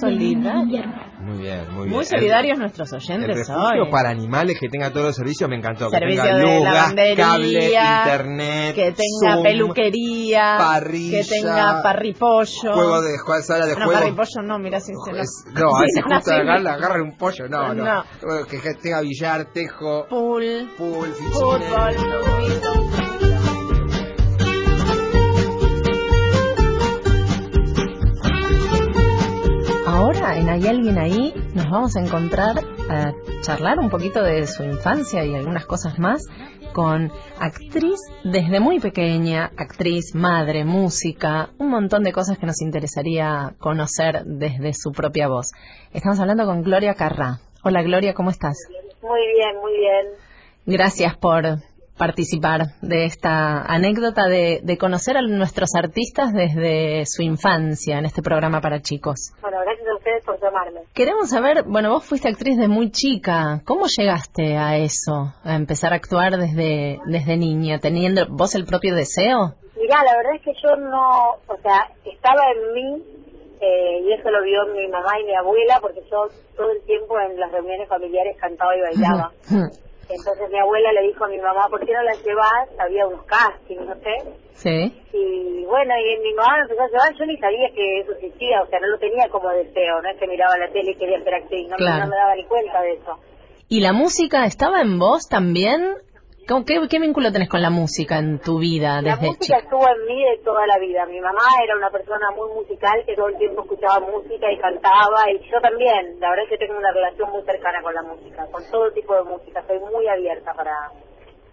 Speaker 1: Solidario.
Speaker 8: en invierno.
Speaker 6: Muy bien, muy bien.
Speaker 1: Muy
Speaker 6: El-
Speaker 1: solidarios nuestros
Speaker 6: El
Speaker 1: oyentes
Speaker 6: refugio
Speaker 1: hoy.
Speaker 6: para animales que tenga todos los servicios me encantó.
Speaker 1: Servicio
Speaker 6: que tenga
Speaker 1: de
Speaker 6: luz, gas,
Speaker 1: lavandería,
Speaker 6: cable, internet,
Speaker 1: Que tenga
Speaker 6: Zoom,
Speaker 1: peluquería,
Speaker 6: parrilla,
Speaker 1: que tenga parripollo.
Speaker 6: Juego de jue- sala de
Speaker 1: no,
Speaker 6: juego.
Speaker 1: parripollo no, mira si se
Speaker 6: Es-
Speaker 1: nos-
Speaker 6: no,
Speaker 1: si
Speaker 6: ahí
Speaker 1: *laughs*
Speaker 6: se
Speaker 1: se nos
Speaker 6: justo agarra,
Speaker 1: inventa.
Speaker 6: agarra un pollo. No, no.
Speaker 1: No.
Speaker 6: Bueno, Que, que tenga billar, tejo,
Speaker 1: Pool,
Speaker 6: pool,
Speaker 1: fútbol,
Speaker 6: fichines.
Speaker 1: Ahora en Hay alguien ahí nos vamos a encontrar a charlar un poquito de su infancia y algunas cosas más con actriz desde muy pequeña, actriz, madre, música, un montón de cosas que nos interesaría conocer desde su propia voz. Estamos hablando con Gloria Carrá. Hola Gloria, ¿cómo estás?
Speaker 11: Muy bien, muy bien.
Speaker 1: Gracias por participar de esta anécdota de, de conocer a nuestros artistas desde su infancia en este programa para chicos.
Speaker 11: Bueno, gracias a ustedes por llamarme.
Speaker 1: Queremos saber, bueno, vos fuiste actriz de muy chica, ¿cómo llegaste a eso, a empezar a actuar desde, desde niña, teniendo vos el propio deseo?
Speaker 11: Mirá, la verdad es que yo no, o sea, estaba en mí, eh, y eso lo vio mi mamá y mi abuela, porque yo todo el tiempo en las reuniones familiares cantaba y
Speaker 1: *laughs*
Speaker 11: bailaba. Entonces mi abuela le dijo a mi mamá, ¿por qué no la llevas? Había unos castings, no sé.
Speaker 1: Sí,
Speaker 11: Y bueno, y mi mamá me empezó a llevar, yo ni sabía que eso existía, o sea, no lo tenía como deseo, no es que miraba la tele y quería ser actriz, no, me-
Speaker 1: Claro.
Speaker 11: no me daba ni cuenta de eso.
Speaker 1: ¿y la música estaba en vos también? ¿Cómo- ¿Qué, qué vínculo tenés con la música en tu vida
Speaker 11: La
Speaker 1: desde
Speaker 11: música
Speaker 1: chica?
Speaker 11: estuvo en mí de toda la vida. Mi mamá era una persona muy musical que todo el tiempo escuchaba música y cantaba y yo también. La verdad es que tengo una relación muy cercana con la música, con todo tipo de música. Soy muy abierta para,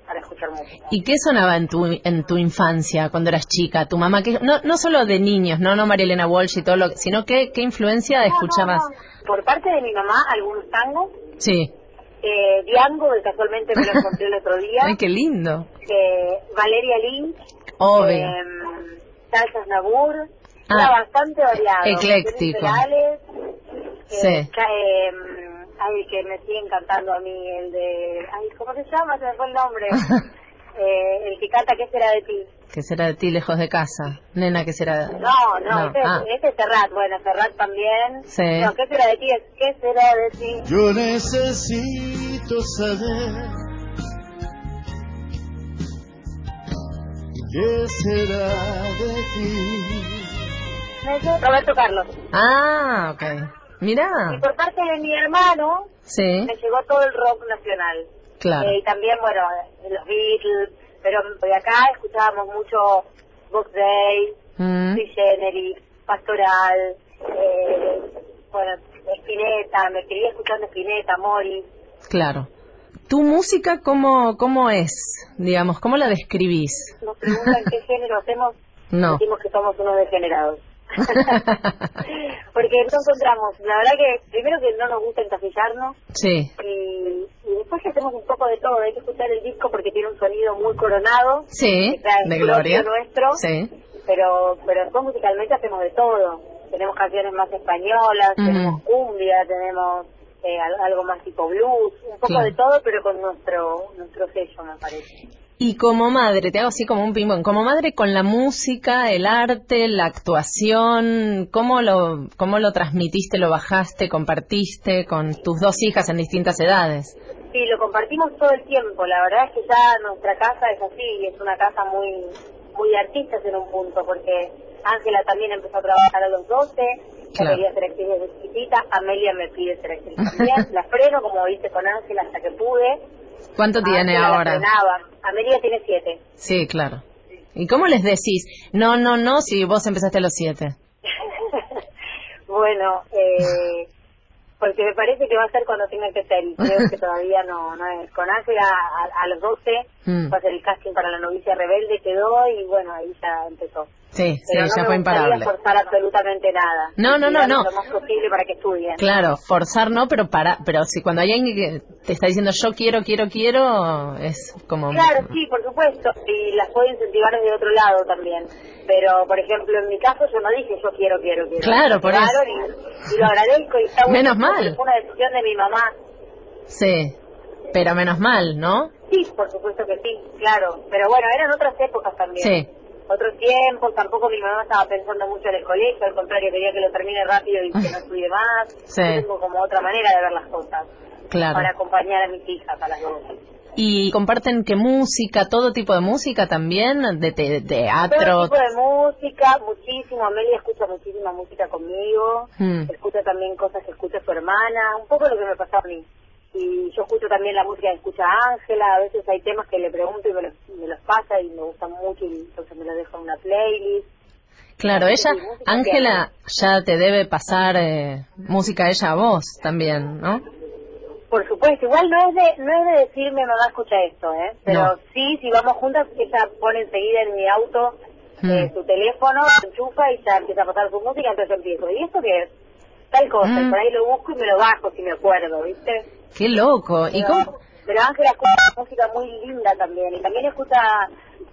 Speaker 11: para escuchar música.
Speaker 1: ¿Y qué sonaba en tu, en tu infancia, cuando eras chica? ¿Tu mamá? Que, no, no solo de niños, no, no Marilena Walsh y todo lo sino que, ¿qué influencia escuchabas?
Speaker 11: Por parte de mi mamá, algunos tangos.
Speaker 1: Sí.
Speaker 11: Eh, Diango, que casualmente me lo encontré el otro día.
Speaker 1: *laughs* Ay, qué lindo.
Speaker 11: Eh, Valeria Lynch.
Speaker 1: Obvio.
Speaker 11: em, Salsas Nabur.
Speaker 1: Ah.
Speaker 11: Era bastante variado.
Speaker 1: Ecléctico.
Speaker 11: Canciones
Speaker 1: Sí.
Speaker 11: Eh, ca- em, ay, que me sigue encantando a mí, el de... Ay, ¿cómo se llama? Se me fue el
Speaker 1: *laughs*
Speaker 11: nombre. Eh, el que canta ¿Qué será de ti?
Speaker 1: Que será de ti lejos de casa? Nena, que será
Speaker 11: No, eh,
Speaker 1: de...
Speaker 11: no,
Speaker 1: No,
Speaker 11: ese,
Speaker 1: ah.
Speaker 11: ese es Serrat. Bueno, Serrat también.
Speaker 1: Sí.
Speaker 11: No, ¿Qué será de ti? Es ¿Qué será de ti?
Speaker 13: Yo necesito saber qué será de ti.
Speaker 11: Roberto Carlos.
Speaker 1: Ah, ok. Mirá.
Speaker 11: Y por parte de mi hermano,
Speaker 1: Sí,
Speaker 11: me llegó todo el rock nacional.
Speaker 1: claro.
Speaker 11: Eh, y también, bueno, los Beatles, pero de acá escuchábamos mucho Box Day,
Speaker 1: Mm,
Speaker 11: Sui Generis, Pastoral, eh, bueno, Spinetta, me quería escuchando Spinetta, Mori.
Speaker 1: claro. ¿Tu música cómo, cómo es? Digamos, ¿cómo la describís?
Speaker 11: Nos preguntan qué género hacemos,
Speaker 1: No.
Speaker 11: decimos que somos unos
Speaker 1: *laughs*
Speaker 11: degenerados. Porque no encontramos, la verdad que primero que no nos gusta encasillarnos,
Speaker 1: sí,
Speaker 11: y, y después que hacemos un poco de todo, hay que escuchar el disco porque tiene un sonido muy coronado,
Speaker 1: sí,
Speaker 11: que trae
Speaker 1: de
Speaker 11: propio
Speaker 1: Gloria.
Speaker 11: nuestro,
Speaker 1: Sí,
Speaker 11: pero pero después musicalmente hacemos de todo. Tenemos canciones más españolas,
Speaker 1: Ujú.
Speaker 11: tenemos cumbia, tenemos eh, al- algo más tipo blues, un poco
Speaker 1: Claro.
Speaker 11: de todo, pero con nuestro nuestro sello, me parece.
Speaker 1: Y como madre, te hago así como un ping-pong, como madre con la música, el arte, la actuación, ¿cómo lo, ¿cómo lo transmitiste, lo bajaste, compartiste con tus dos hijas en distintas edades?
Speaker 11: Sí, lo compartimos todo el tiempo. La verdad es que ya nuestra casa es así y es una casa muy muy de artistas en un punto, porque Ángela también empezó a trabajar a los 12, yo
Speaker 1: Claro.
Speaker 11: quería ser actriz desde chiquitita, Amelia me pide ser actriz
Speaker 1: *laughs*
Speaker 11: también, la freno como hice con Ángela hasta que pude.
Speaker 1: ¿Cuánto tiene
Speaker 11: Ángela la
Speaker 1: ahora?
Speaker 11: frenaba. Amelia tiene 7.
Speaker 1: Sí, claro. ¿Y cómo les decís? No, no, no, si vos empezaste a los siete. *laughs*
Speaker 11: Bueno, eh, porque me parece que va a ser cuando tenga que ser, y creo que todavía no, no es. Con Ángela a, a los 12
Speaker 1: Mm.
Speaker 11: va a ser el casting para la novicia rebelde, quedó y bueno, ahí ya empezó.
Speaker 1: Sí, sí,
Speaker 11: Pero no
Speaker 1: ya
Speaker 11: me gustaría
Speaker 1: fue imparable.
Speaker 11: forzar absolutamente nada.
Speaker 1: No, no, no,
Speaker 11: Darle
Speaker 1: no.
Speaker 11: Lo más posible para que estudien.
Speaker 1: Claro, forzar no, pero para, pero si cuando hay alguien que te está diciendo yo quiero, quiero, quiero, es como...
Speaker 11: Claro, sí, por supuesto. Y las puedo incentivar desde otro lado también. Pero, por ejemplo, en mi caso yo no dije yo quiero, quiero, quiero.
Speaker 1: Claro, por eso.
Speaker 11: Y, y lo agradezco y está bueno.
Speaker 1: Menos mal.
Speaker 11: porque Fue una decisión de mi mamá.
Speaker 1: Sí, pero menos mal, ¿no?
Speaker 11: Sí, por supuesto que sí, claro. Pero bueno, eran otras épocas también.
Speaker 1: Sí.
Speaker 11: Otros tiempos, tampoco mi mamá estaba pensando mucho en el colegio, al contrario, quería que lo termine rápido y
Speaker 1: *laughs*
Speaker 11: que no estudie más.
Speaker 1: Sí.
Speaker 11: Yo tengo como otra manera de ver las cosas.
Speaker 1: Claro.
Speaker 11: Para acompañar a mis hijas a las dos.
Speaker 1: Y comparten que música, todo tipo de música también, de, te- de
Speaker 11: Todo
Speaker 1: teatro.
Speaker 11: tipo de música, muchísimo. Amelia escucha muchísima música conmigo.
Speaker 1: Mm.
Speaker 11: Escucha también cosas que escucha su hermana. Un poco lo que me pasó a mí. Y yo escucho también la música que escucha Ángela. A veces hay temas que le pregunto y me los, me los pasa y me gustan mucho. Y entonces me los dejo en una playlist.
Speaker 1: Claro, ella,
Speaker 11: Sí, música
Speaker 1: Ángela, ya te debe pasar eh, música ella a vos también, ¿no?
Speaker 11: Por supuesto, igual no es de, no es de decirme mamá escucha esto, ¿eh? Pero
Speaker 1: No.
Speaker 11: sí, si vamos juntas, ella pone enseguida en mi auto
Speaker 1: Mm.
Speaker 11: eh, su teléfono, lo enchufa y ya empieza a pasar su música, entonces yo empiezo. ¿Y esto qué es? Tal cosa,
Speaker 1: Mm.
Speaker 11: y por ahí lo busco y me lo bajo si me acuerdo, ¿viste?
Speaker 1: Qué loco. Oh, ¿Y
Speaker 11: Pero-
Speaker 1: cómo?
Speaker 11: Pero Ángela escucha música muy linda también, y también escucha,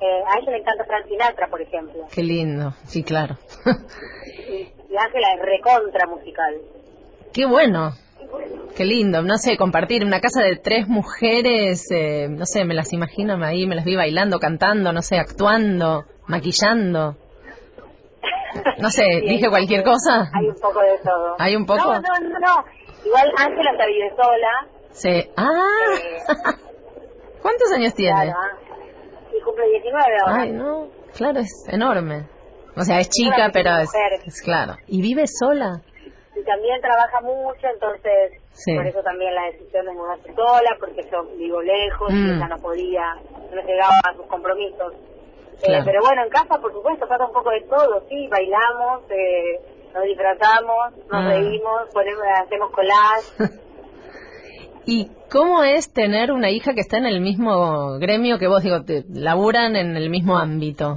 Speaker 11: eh, a ella le encanta Frank Sinatra, por ejemplo,
Speaker 1: Qué lindo. Sí, claro. *laughs*
Speaker 11: y y Ángela es recontra musical.
Speaker 1: Qué bueno. Qué lindo, no sé, compartir una casa de tres mujeres, eh, no sé, me las imagino ahí, me las vi bailando, cantando, no sé, actuando, maquillando.
Speaker 11: *laughs*
Speaker 1: No sé,
Speaker 11: Sí,
Speaker 1: dije
Speaker 11: hay-
Speaker 1: cualquier cosa.
Speaker 11: Hay un poco de todo.
Speaker 1: ¿Hay un poco?
Speaker 11: No, no, no, no. Igual Ángela está vive sola,
Speaker 1: Sí. Ah, ¿cuántos años *laughs* tiene?
Speaker 11: Eh, Claro. ¿ah? Y cumple 19 ahora.
Speaker 1: Ay, no, claro, es enorme. O sea, es chica,
Speaker 11: Claro,
Speaker 1: pero
Speaker 11: es
Speaker 1: es,
Speaker 11: mujer.
Speaker 1: es claro. ¿Y vive sola?
Speaker 11: Y también trabaja mucho, entonces
Speaker 1: Sí.
Speaker 11: por eso también las decisiones no hacen sola, porque yo vivo lejos
Speaker 1: Mm.
Speaker 11: y ella no podía, no llegaba a sus compromisos. Eh,
Speaker 1: Claro.
Speaker 11: pero bueno, en casa, por supuesto, pasa un poco de todo, sí, bailamos, eh, nos disfrazamos, nos
Speaker 1: Ah.
Speaker 11: reímos, ponemos, hacemos collage.
Speaker 1: *laughs* ¿Y cómo es tener una hija que está en el mismo gremio que vos? Digo, te laburan en el mismo ámbito.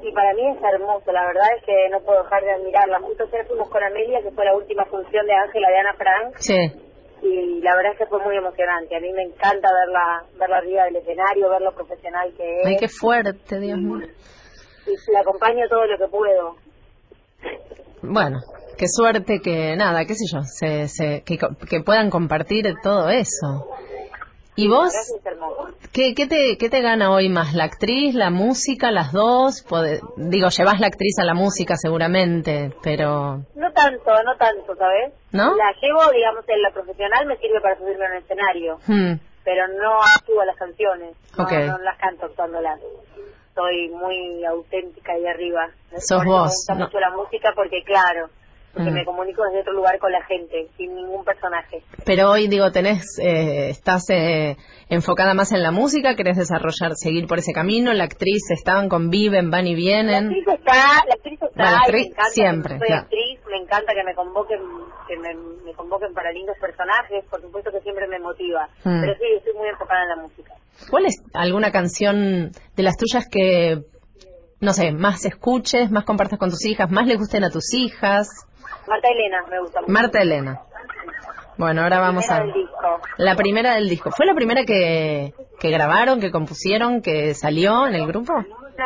Speaker 11: Y para mí es hermoso, la verdad es que no puedo dejar de admirarla. Justo ayer fuimos con Amelia, que fue la última función de Ángela de Ana Frank,
Speaker 1: Sí.
Speaker 11: y la verdad es que fue muy emocionante. A mí me encanta verla, verla arriba del escenario, ver lo profesional que es.
Speaker 1: Ay, qué fuerte, Dios mío.
Speaker 11: Y la acompaño todo lo que puedo.
Speaker 1: Bueno, qué suerte que nada, qué sé yo, se, se, que, co- que puedan compartir todo eso. ¿Y vos
Speaker 11: Gracias, hermoso.
Speaker 1: qué, qué, te, qué te gana hoy más? ¿La actriz, la música, las dos? Pode- digo, llevas la actriz a la música seguramente, pero...
Speaker 11: No tanto, no tanto, ¿sabes?
Speaker 1: ¿No?
Speaker 11: La llevo, digamos, en la profesional me sirve para subirme a un escenario,
Speaker 1: hmm,
Speaker 11: pero no actúo las canciones, no,
Speaker 1: Ok.
Speaker 11: no las canto actuándolas. Soy muy auténtica ahí arriba.
Speaker 1: Sos
Speaker 11: Por eso
Speaker 1: vos,
Speaker 11: Me gusta
Speaker 1: no.
Speaker 11: mucho la música porque, claro, porque
Speaker 1: Mm.
Speaker 11: me comunico desde otro lugar con la gente, sin ningún personaje.
Speaker 1: Pero hoy, digo, tenés, eh, estás eh, enfocada más en la música, querés desarrollar, seguir por ese camino, la actriz, estaban, conviven, van y
Speaker 11: La
Speaker 1: vienen.
Speaker 11: actriz está, la actriz está,
Speaker 1: Bueno,
Speaker 11: y me
Speaker 1: actriz
Speaker 11: encanta
Speaker 1: siempre,
Speaker 11: que soy
Speaker 1: claro.
Speaker 11: actriz, me encanta que me convoquen, que me, me convoquen para lindos personajes, por supuesto que siempre me motiva,
Speaker 1: Mm.
Speaker 11: pero sí, estoy muy enfocada en la música.
Speaker 1: ¿Cuál es alguna canción de las tuyas que, no sé, más escuches, más compartas con tus hijas, más le gusten a tus hijas?
Speaker 11: Marta Elena me gusta mucho.
Speaker 1: Marta Elena. Bueno, ahora vamos
Speaker 11: Primera
Speaker 1: a...
Speaker 11: del disco.
Speaker 1: La primera del disco. ¿Fue la primera que, que grabaron, que compusieron, que salió en el grupo?
Speaker 11: No,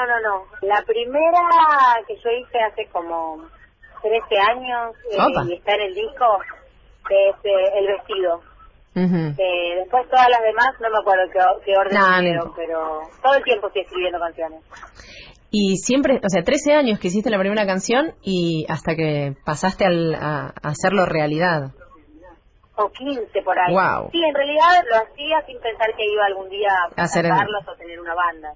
Speaker 11: no, no. La primera que yo hice hace como 13 años eh,
Speaker 1: Opa.
Speaker 11: y está en el disco es eh, El Vestido.
Speaker 1: Ujú.
Speaker 11: Eh, después todas las demás, no me acuerdo qué, qué orden
Speaker 1: No, no
Speaker 11: hicieron,
Speaker 1: importa.
Speaker 11: pero todo el tiempo estoy escribiendo canciones.
Speaker 1: Y siempre, o sea, 13 años que hiciste la primera canción y hasta que pasaste al- a, a hacerlo realidad.
Speaker 11: o 15 por ahí.
Speaker 1: Guau.
Speaker 11: Sí, en realidad lo hacía sin pensar que iba algún día
Speaker 1: A
Speaker 11: a
Speaker 1: hacer en-
Speaker 11: cantarlos o tener una banda.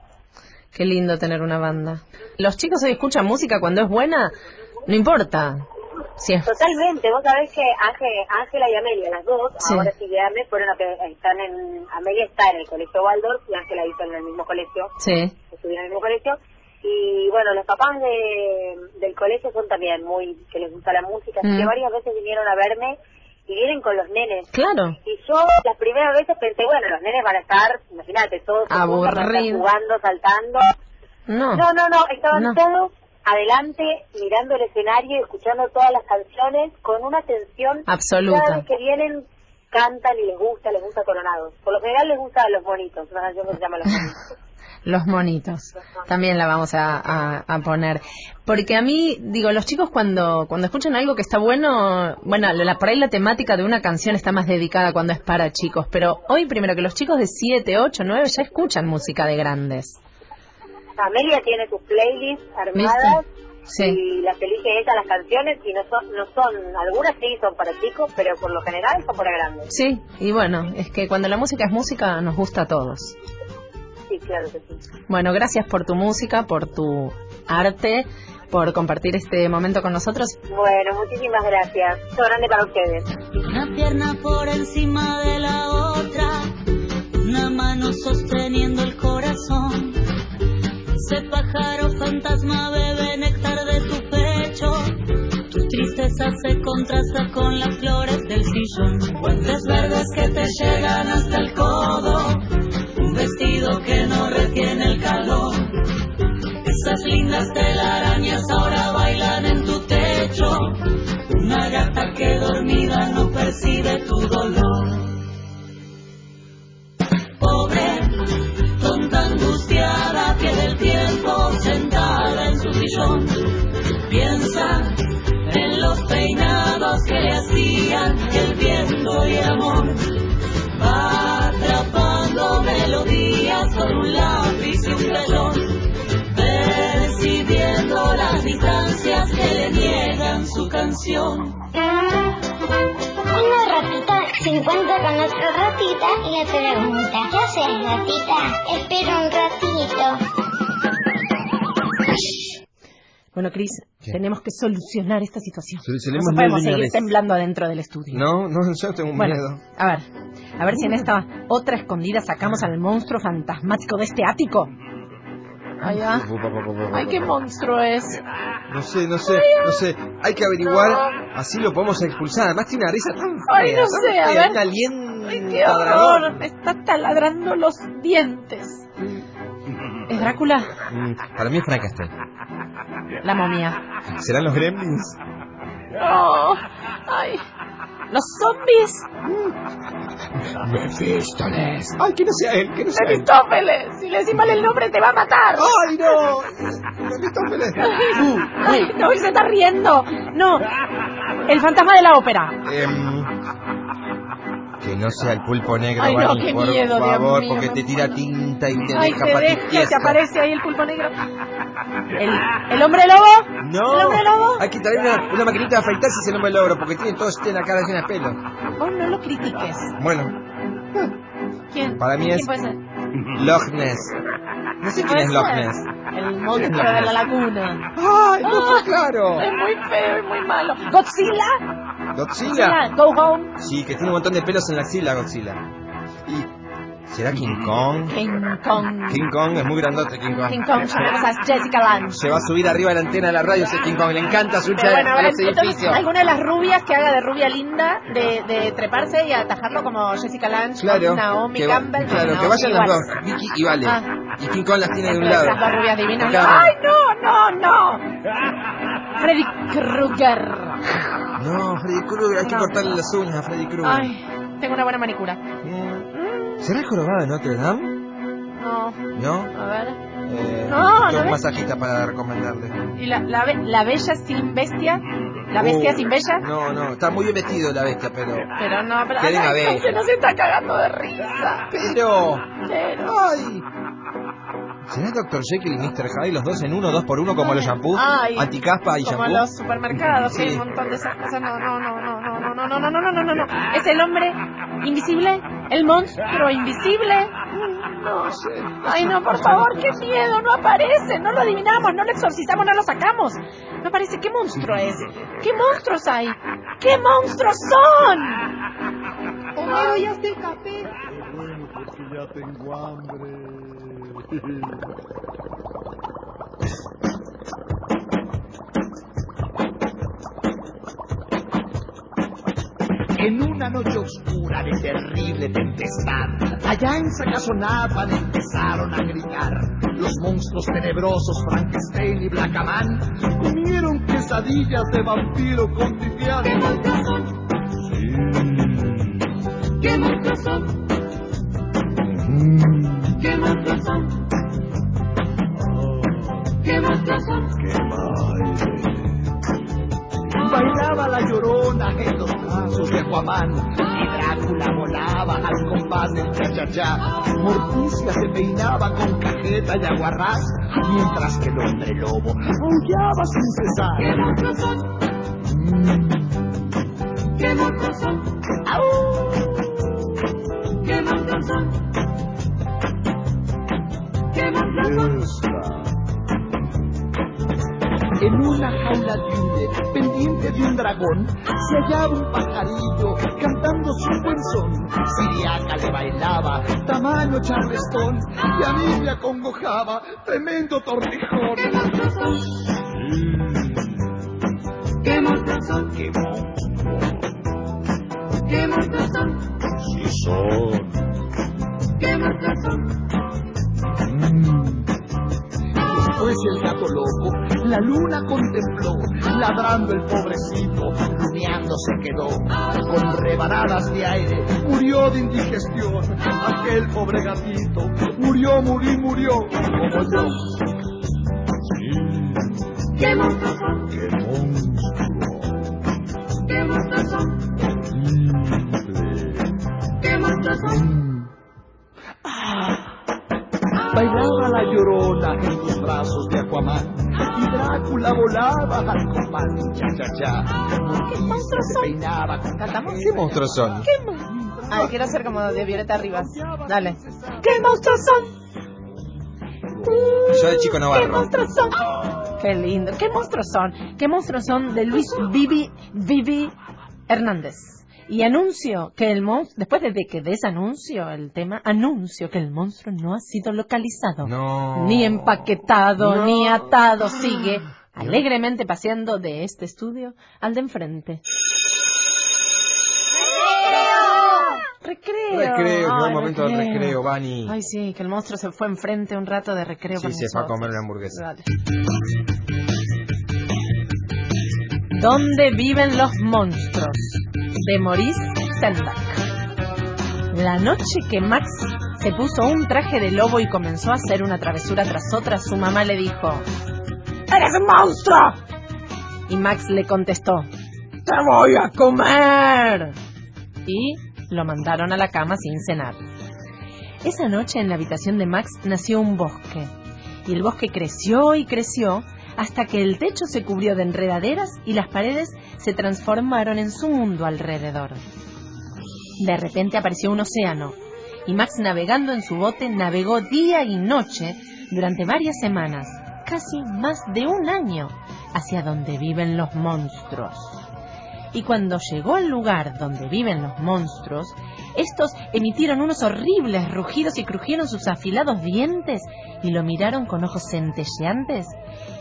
Speaker 1: Qué lindo tener una banda. Los chicos hoy escuchan música cuando es buena, no importa. Si es-
Speaker 11: Totalmente, vos sabés que Ángel- Ángela y Amelia, las dos,
Speaker 1: Sí.
Speaker 11: ahora sí grandes, fueron a, pe- están en, Amelia está en el colegio Waldorf y Ángela hizo en el mismo colegio,
Speaker 1: Sí.
Speaker 11: estuvieron en el mismo colegio. Y bueno, los papás de, del colegio son también muy, que les gusta la música, así
Speaker 1: Mm.
Speaker 11: que varias veces vinieron a verme y vienen con los nenes.
Speaker 1: Claro.
Speaker 11: Y yo las primeras veces pensé, bueno, los nenes van a estar, imagínate, todos juntos, van a estar
Speaker 1: Aburrido.
Speaker 11: jugando, saltando.
Speaker 1: No.
Speaker 11: no, no, no, estaban
Speaker 1: No.
Speaker 11: todos adelante, mirando el escenario, escuchando todas las canciones con una atención
Speaker 1: Absoluta.
Speaker 11: Cada vez que vienen cantan y les gusta, les gusta Coronados. Por lo general les gusta Los Bonitos, una canción que se llama Los Bonitos.
Speaker 1: Los monitos. También la vamos a, a- a poner. Porque a mí, digo, los chicos cuando, cuando escuchan algo que está bueno, bueno, la, por ahí la temática de una canción está más dedicada cuando es para chicos. Pero hoy primero que los chicos de 7, 8, 9 ya escuchan música de grandes.
Speaker 11: Amelia tiene sus playlists armadas
Speaker 1: Sí.
Speaker 11: y las elige ella las canciones y no son, no son, algunas sí son para chicos, pero por lo general son para grandes.
Speaker 1: Sí, y bueno, es que cuando la música es música nos gusta a todos.
Speaker 11: Sí, claro que sí.
Speaker 1: Bueno, gracias por tu música, por tu arte, por compartir este momento con nosotros.
Speaker 11: Bueno, muchísimas gracias. Todo grande para ustedes.
Speaker 2: Una pierna por encima de la otra, una mano sosteniendo el corazón. Ese pájaro fantasma bebe néctar de tu pecho. Tu tristeza se contrasta con las flores del sillón. Guantes verdes que te llegan hasta el codo. Un vestido que no retiene el calor. Esas lindas telarañas ahora bailan en tu techo. Una gata que dormida no percibe tu dolor. Pobre, tonta angustiada, pierde el tiempo sentada en su sillón. Piensa en los peinados que le hacían el viento y el amor. Va atrapando melodías con un lápiz y un velón, percibiendo las distancias que le niegan su canción.
Speaker 8: Una ratita se encuentra con otra ratita y le pregunta, ¿qué haces ratita? Espera un ratito.
Speaker 1: Bueno, Cris, tenemos que solucionar esta situación.
Speaker 6: Solucionemos
Speaker 1: no podemos
Speaker 6: de una
Speaker 1: seguir
Speaker 6: vez.
Speaker 1: temblando adentro del estudio.
Speaker 6: No, no, yo tengo un
Speaker 1: Bueno,
Speaker 6: miedo.
Speaker 1: a ver, a ver si en esta otra escondida sacamos al monstruo fantasmático de este ático. Ay, ah. Ay, qué monstruo es.
Speaker 6: No sé, no sé, no sé. Hay que averiguar, así lo podemos expulsar. Además tiene una risa tan
Speaker 1: Ay,
Speaker 6: fea,
Speaker 1: no
Speaker 6: tan
Speaker 1: sé, a
Speaker 6: fea,
Speaker 1: ver.
Speaker 6: un aliento
Speaker 1: Ay, qué horror. Me está taladrando los dientes. ¿Es Drácula?
Speaker 6: Mm, Para mí es Frankenstein.
Speaker 1: La momia.
Speaker 6: ¿Serán los gremlins?
Speaker 1: No. Oh, Ay. Los zombies.
Speaker 6: Mephistoles. Ay, que no sea él, que no sea él.
Speaker 1: Mephistófeles. Si le decís mal el nombre te va a matar.
Speaker 6: Ay, no. Mephistófeles. Uh,
Speaker 1: *laughs* Ay, no, él se está riendo. No. El fantasma de la ópera.
Speaker 6: Em, que no sea el pulpo negro,
Speaker 1: Ay, no,
Speaker 6: Vani,
Speaker 1: qué
Speaker 6: por
Speaker 1: miedo, Dios
Speaker 6: favor,
Speaker 1: mío,
Speaker 6: porque
Speaker 1: me
Speaker 6: te tira tinta y te
Speaker 1: Ay,
Speaker 6: deja
Speaker 1: te deja,
Speaker 6: patiquieja.
Speaker 1: te aparece ahí el pulpo negro. El, el hombre lobo.
Speaker 6: No,
Speaker 1: ¿El hombre lobo?
Speaker 6: hay que traer una, una maquinita de afeitar si se no me logro, porque tiene todo tiene la cara llena de pelo.
Speaker 1: Vos no lo critiques.
Speaker 6: Bueno,
Speaker 1: ¿Quién?
Speaker 6: Para mí
Speaker 1: ¿Quién
Speaker 6: es-
Speaker 1: puede ser?
Speaker 6: Loch Ness. No sé quién
Speaker 1: Puede
Speaker 6: es Loch
Speaker 1: ser.
Speaker 6: Ness.
Speaker 1: El monstruo de la laguna.
Speaker 6: ¡Ay, no fue claro!
Speaker 1: Es muy feo, es muy malo. ¿Godzilla?
Speaker 6: ¿Godzilla?
Speaker 1: Go home.
Speaker 6: Sí, que tiene un montón de pelos en la axila, Godzilla. ¿Y será King Kong?
Speaker 1: King Kong.
Speaker 6: King Kong es muy grandote, King Kong.
Speaker 1: King Kong, yo creo que esa es Jessica Lange.
Speaker 6: Se va a subir arriba de la antena de la radio ese King Kong. Le encanta subirse
Speaker 1: Pero bueno,
Speaker 6: a
Speaker 1: ahora
Speaker 6: ese
Speaker 1: entonces,
Speaker 6: edificio.
Speaker 1: alguna de las rubias que haga de rubia linda, de, de treparse y atajarlo como Jessica Lange,
Speaker 6: Claro,
Speaker 1: con Naomi
Speaker 6: que,
Speaker 1: Campbell.
Speaker 6: claro,
Speaker 1: no,
Speaker 6: que vayan
Speaker 1: igual.
Speaker 6: las dos, Vicky y Vale.
Speaker 1: Ah.
Speaker 6: Y King Kong las tiene de un
Speaker 1: Siempre
Speaker 6: lado.
Speaker 1: esas dos rubias divinas.
Speaker 6: Claro.
Speaker 1: ¡Ay, no, no, no! Freddy Krueger.
Speaker 6: No, Freddy Krueger, hay que
Speaker 1: No.
Speaker 6: cortarle las uñas a Freddy Krueger.
Speaker 1: Ay, tengo una buena manicura.
Speaker 6: Mm. ¿Será el jorobado de Notre Dame?
Speaker 1: No,
Speaker 6: ¿No?
Speaker 1: a ver.
Speaker 6: Eh,
Speaker 1: No,
Speaker 6: tengo
Speaker 1: no
Speaker 6: un
Speaker 1: me-
Speaker 6: masajista para recomendarle.
Speaker 1: ¿Y la, la, be- la bella sin bestia? ¿La bestia
Speaker 6: Uh,
Speaker 1: sin bella?
Speaker 6: No, no, está muy bien vestido la bestia, pero...
Speaker 1: Pero no, pero...
Speaker 6: Qué linda
Speaker 1: Ay,
Speaker 6: bestia.
Speaker 1: se nos está cagando de risa.
Speaker 6: ¡Pero!
Speaker 1: Pero...
Speaker 6: ¡Ay! ¿Será Dr. Jekyll y Mr. Hyde los dos en uno, dos por uno, como los shampoos?
Speaker 1: Ay,
Speaker 6: Anticaspa y
Speaker 1: como
Speaker 6: shampoo.
Speaker 1: los supermercados, sí,
Speaker 6: Sí.
Speaker 1: un montón de esas cosas. No, no, no, no, no, no, no, no, no, no, no, no, no, no. Es el hombre invisible, el monstruo invisible.
Speaker 14: No sé.
Speaker 1: Ay, no, por favor, qué miedo, no aparece, no lo adivinamos, no lo exorcizamos, no lo sacamos. No aparece, ¿qué monstruo es? ¿Qué monstruos hay? ¿Qué monstruos son?
Speaker 14: Homero, ya está el café.
Speaker 13: Bueno, porque ya tengo hambre.
Speaker 15: En una noche oscura de terrible tempestad, allá en Sacazonapan empezaron a gritar. Los monstruos tenebrosos Frankenstein y Blackaman comieron quesadillas de vampiro con tibial.
Speaker 14: ¿Qué monstruos son? ¿Qué monstruos son? ¿Qué monstruos son? ¿Qué monstruos son?
Speaker 15: Bailaba la llorona en los brazos de Aquaman y Drácula volaba al compás del cha-cha-cha. Morticia se peinaba con cajeta y aguarrás, mientras que el hombre lobo aullaba sin cesar.
Speaker 14: ¿Qué monstruos son? ¿Qué monstruos son? ¿Qué monstruos son? ¿Qué monstruos son?
Speaker 15: En una jaula libre, pendiente de un dragón, se hallaba un pajarillo cantando su buen son. Siriaca le bailaba, tamaño charlestón, y a mí me acongojaba, tremendo tortijón.
Speaker 14: ¿Qué monstruos son? ¿Qué monstruos son? ¿Qué monstruos son?
Speaker 13: Si son.
Speaker 14: ¿Qué monstruos son?
Speaker 15: Después el gato loco, la luna contempló, ladrando el pobrecito, rumiando se quedó, con rebanadas de aire, murió de indigestión, aquel pobre gatito, murió, murió, murió, como yo.
Speaker 14: ¿Qué monstruos son?
Speaker 13: ¡Qué monstruo!
Speaker 14: ¿Qué monstruos son?
Speaker 13: Horrible.
Speaker 14: ¿Qué monstruos son?
Speaker 15: Bailaba la llorona en los brazos de Aquaman y Drácula volaba al compás del cha-cha-cha. Morticia se peinaba con
Speaker 1: ¿Cantamos?
Speaker 6: ¿Qué monstruos son?
Speaker 1: ¿Qué monstruos? Ay, quiero ser como de Violeta Rivas. Dale. ¿Qué monstruos son?
Speaker 6: Yo de chico no
Speaker 1: ¿Qué
Speaker 6: barro.
Speaker 1: monstruos son? Qué lindo. ¿Qué monstruos son? ¿Qué monstruos son de Luis Vivi, Vivi Hernández? Y anuncio que el monstruo, después de que desanuncio el tema, anuncio que el monstruo no ha sido localizado.
Speaker 6: No.
Speaker 1: Ni empaquetado,
Speaker 6: No. Ah.
Speaker 1: ni atado. Sigue alegremente paseando de este estudio al de enfrente. Recreo.
Speaker 6: Recreo, qué
Speaker 1: Ay,
Speaker 6: buen momento del recreo, Bani.
Speaker 1: Ay, sí, que el monstruo se fue enfrente un rato de recreo.
Speaker 6: Sí,
Speaker 1: con
Speaker 6: se fue a
Speaker 1: nosotros.
Speaker 6: comer una hamburguesa.
Speaker 1: Dale. ¿Dónde viven los monstruos? De Maurice Sendak. La noche que Max se puso un traje de lobo y comenzó a hacer una travesura tras otra, su mamá le dijo: ¡Eres un monstruo! Y Max le contestó: ¡Te voy a comer! Y lo mandaron a la cama sin cenar. Esa noche en la habitación de Max nació un bosque. Y el bosque creció y creció hasta que el techo se cubrió de enredaderas y las paredes se transformaron en su mundo alrededor. De repente apareció un océano y Max navegando en su bote navegó día y noche durante varias semanas, casi más de un año, hacia donde viven los monstruos. Y cuando llegó al lugar donde viven los monstruos, estos emitieron unos horribles rugidos y crujieron sus afilados dientes y lo miraron con ojos centelleantes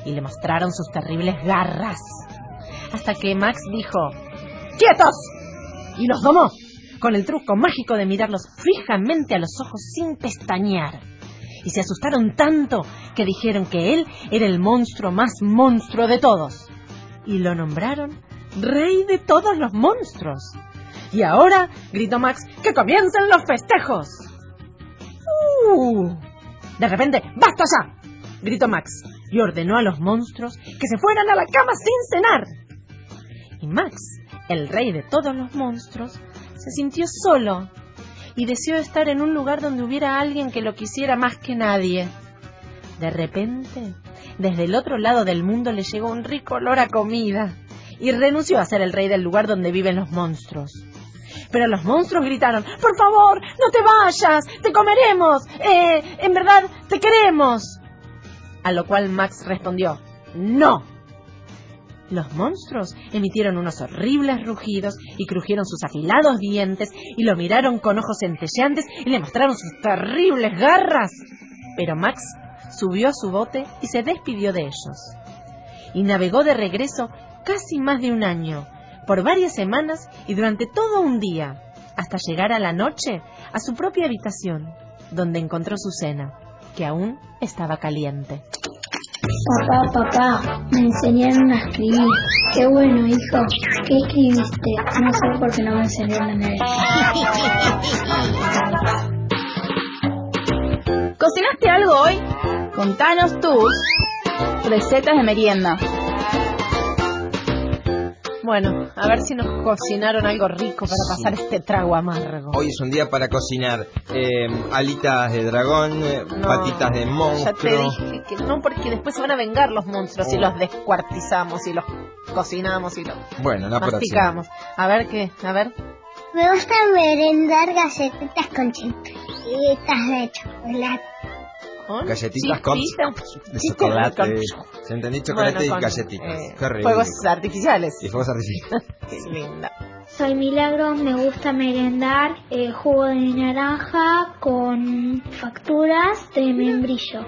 Speaker 1: y le mostraron sus terribles garras. Hasta que Max dijo, ¡Quietos! Y los domó, con el truco mágico de mirarlos fijamente a los ojos sin pestañear. Y se asustaron tanto que dijeron que él era el monstruo más monstruo de todos. Y lo nombraron rey de todos los monstruos. Y ahora, gritó Max, que comiencen los festejos. ¡Uh! De repente, ¡basta ya! gritó Max y ordenó a los monstruos que se fueran a la cama sin cenar. Y Max, el rey de todos los monstruos, se sintió solo y deseó estar en un lugar donde hubiera alguien que lo quisiera más que nadie. De repente, desde el otro lado del mundo le llegó un rico olor a comida y renunció a ser el rey del lugar donde viven los monstruos. Pero los monstruos gritaron, por favor, no te vayas, te comeremos, eh, en verdad, te queremos. A lo cual Max respondió, no. Los monstruos emitieron unos horribles rugidos y crujieron sus afilados dientes y lo miraron con ojos centelleantes y le mostraron sus terribles garras. Pero Max subió a su bote y se despidió de ellos. Y navegó de regreso casi más de un año, por varias semanas y durante todo un día, hasta llegar a la noche a su propia habitación, donde encontró su cena, que aún estaba caliente.
Speaker 8: Papá, papá, me enseñaron a escribir. Qué bueno, hijo. ¿Qué escribiste? No sé por qué no me enseñaron
Speaker 1: *laughs*
Speaker 8: a leer.
Speaker 4: ¿Cocinaste algo hoy? Contanos tus recetas de merienda.
Speaker 1: Bueno, a ver si nos cocinaron algo rico para pasar este trago amargo.
Speaker 6: Hoy es un día para cocinar eh, alitas de dragón, eh,
Speaker 1: No,
Speaker 6: patitas de
Speaker 1: Ya te
Speaker 6: monstruo. Oh.
Speaker 1: dije que no, porque después se van a vengar los monstruos y los descuartizamos y los cocinamos y los
Speaker 6: Bueno, la próxima.
Speaker 1: masticamos. A ver qué, a ver.
Speaker 7: Me gusta merendar galletitas con chispitas de chocolate.
Speaker 6: Galletitas con de chocolate. Se entendí chocolate
Speaker 1: Bueno,
Speaker 6: y
Speaker 1: con,
Speaker 6: galletitas.
Speaker 1: eh,
Speaker 6: Qué rico.
Speaker 1: fuegos artificiales.
Speaker 6: Y fuegos artificiales.
Speaker 1: linda.
Speaker 8: Soy Milagro, me gusta merendar eh, jugo de naranja con facturas de membrillo.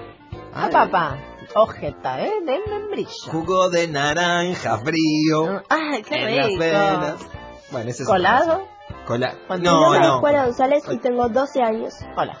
Speaker 1: Ah, papá, ojeta, ¿eh? Del membrillo.
Speaker 6: Jugo de naranja frío.
Speaker 1: Ay, Ah, qué
Speaker 6: en las
Speaker 1: rico.
Speaker 6: venas. Bueno, ese es
Speaker 16: ¿Colado?
Speaker 6: Cola...
Speaker 16: Yo
Speaker 6: No,
Speaker 16: soy
Speaker 6: no.
Speaker 16: Juana González y tengo 12 años.
Speaker 1: Hola.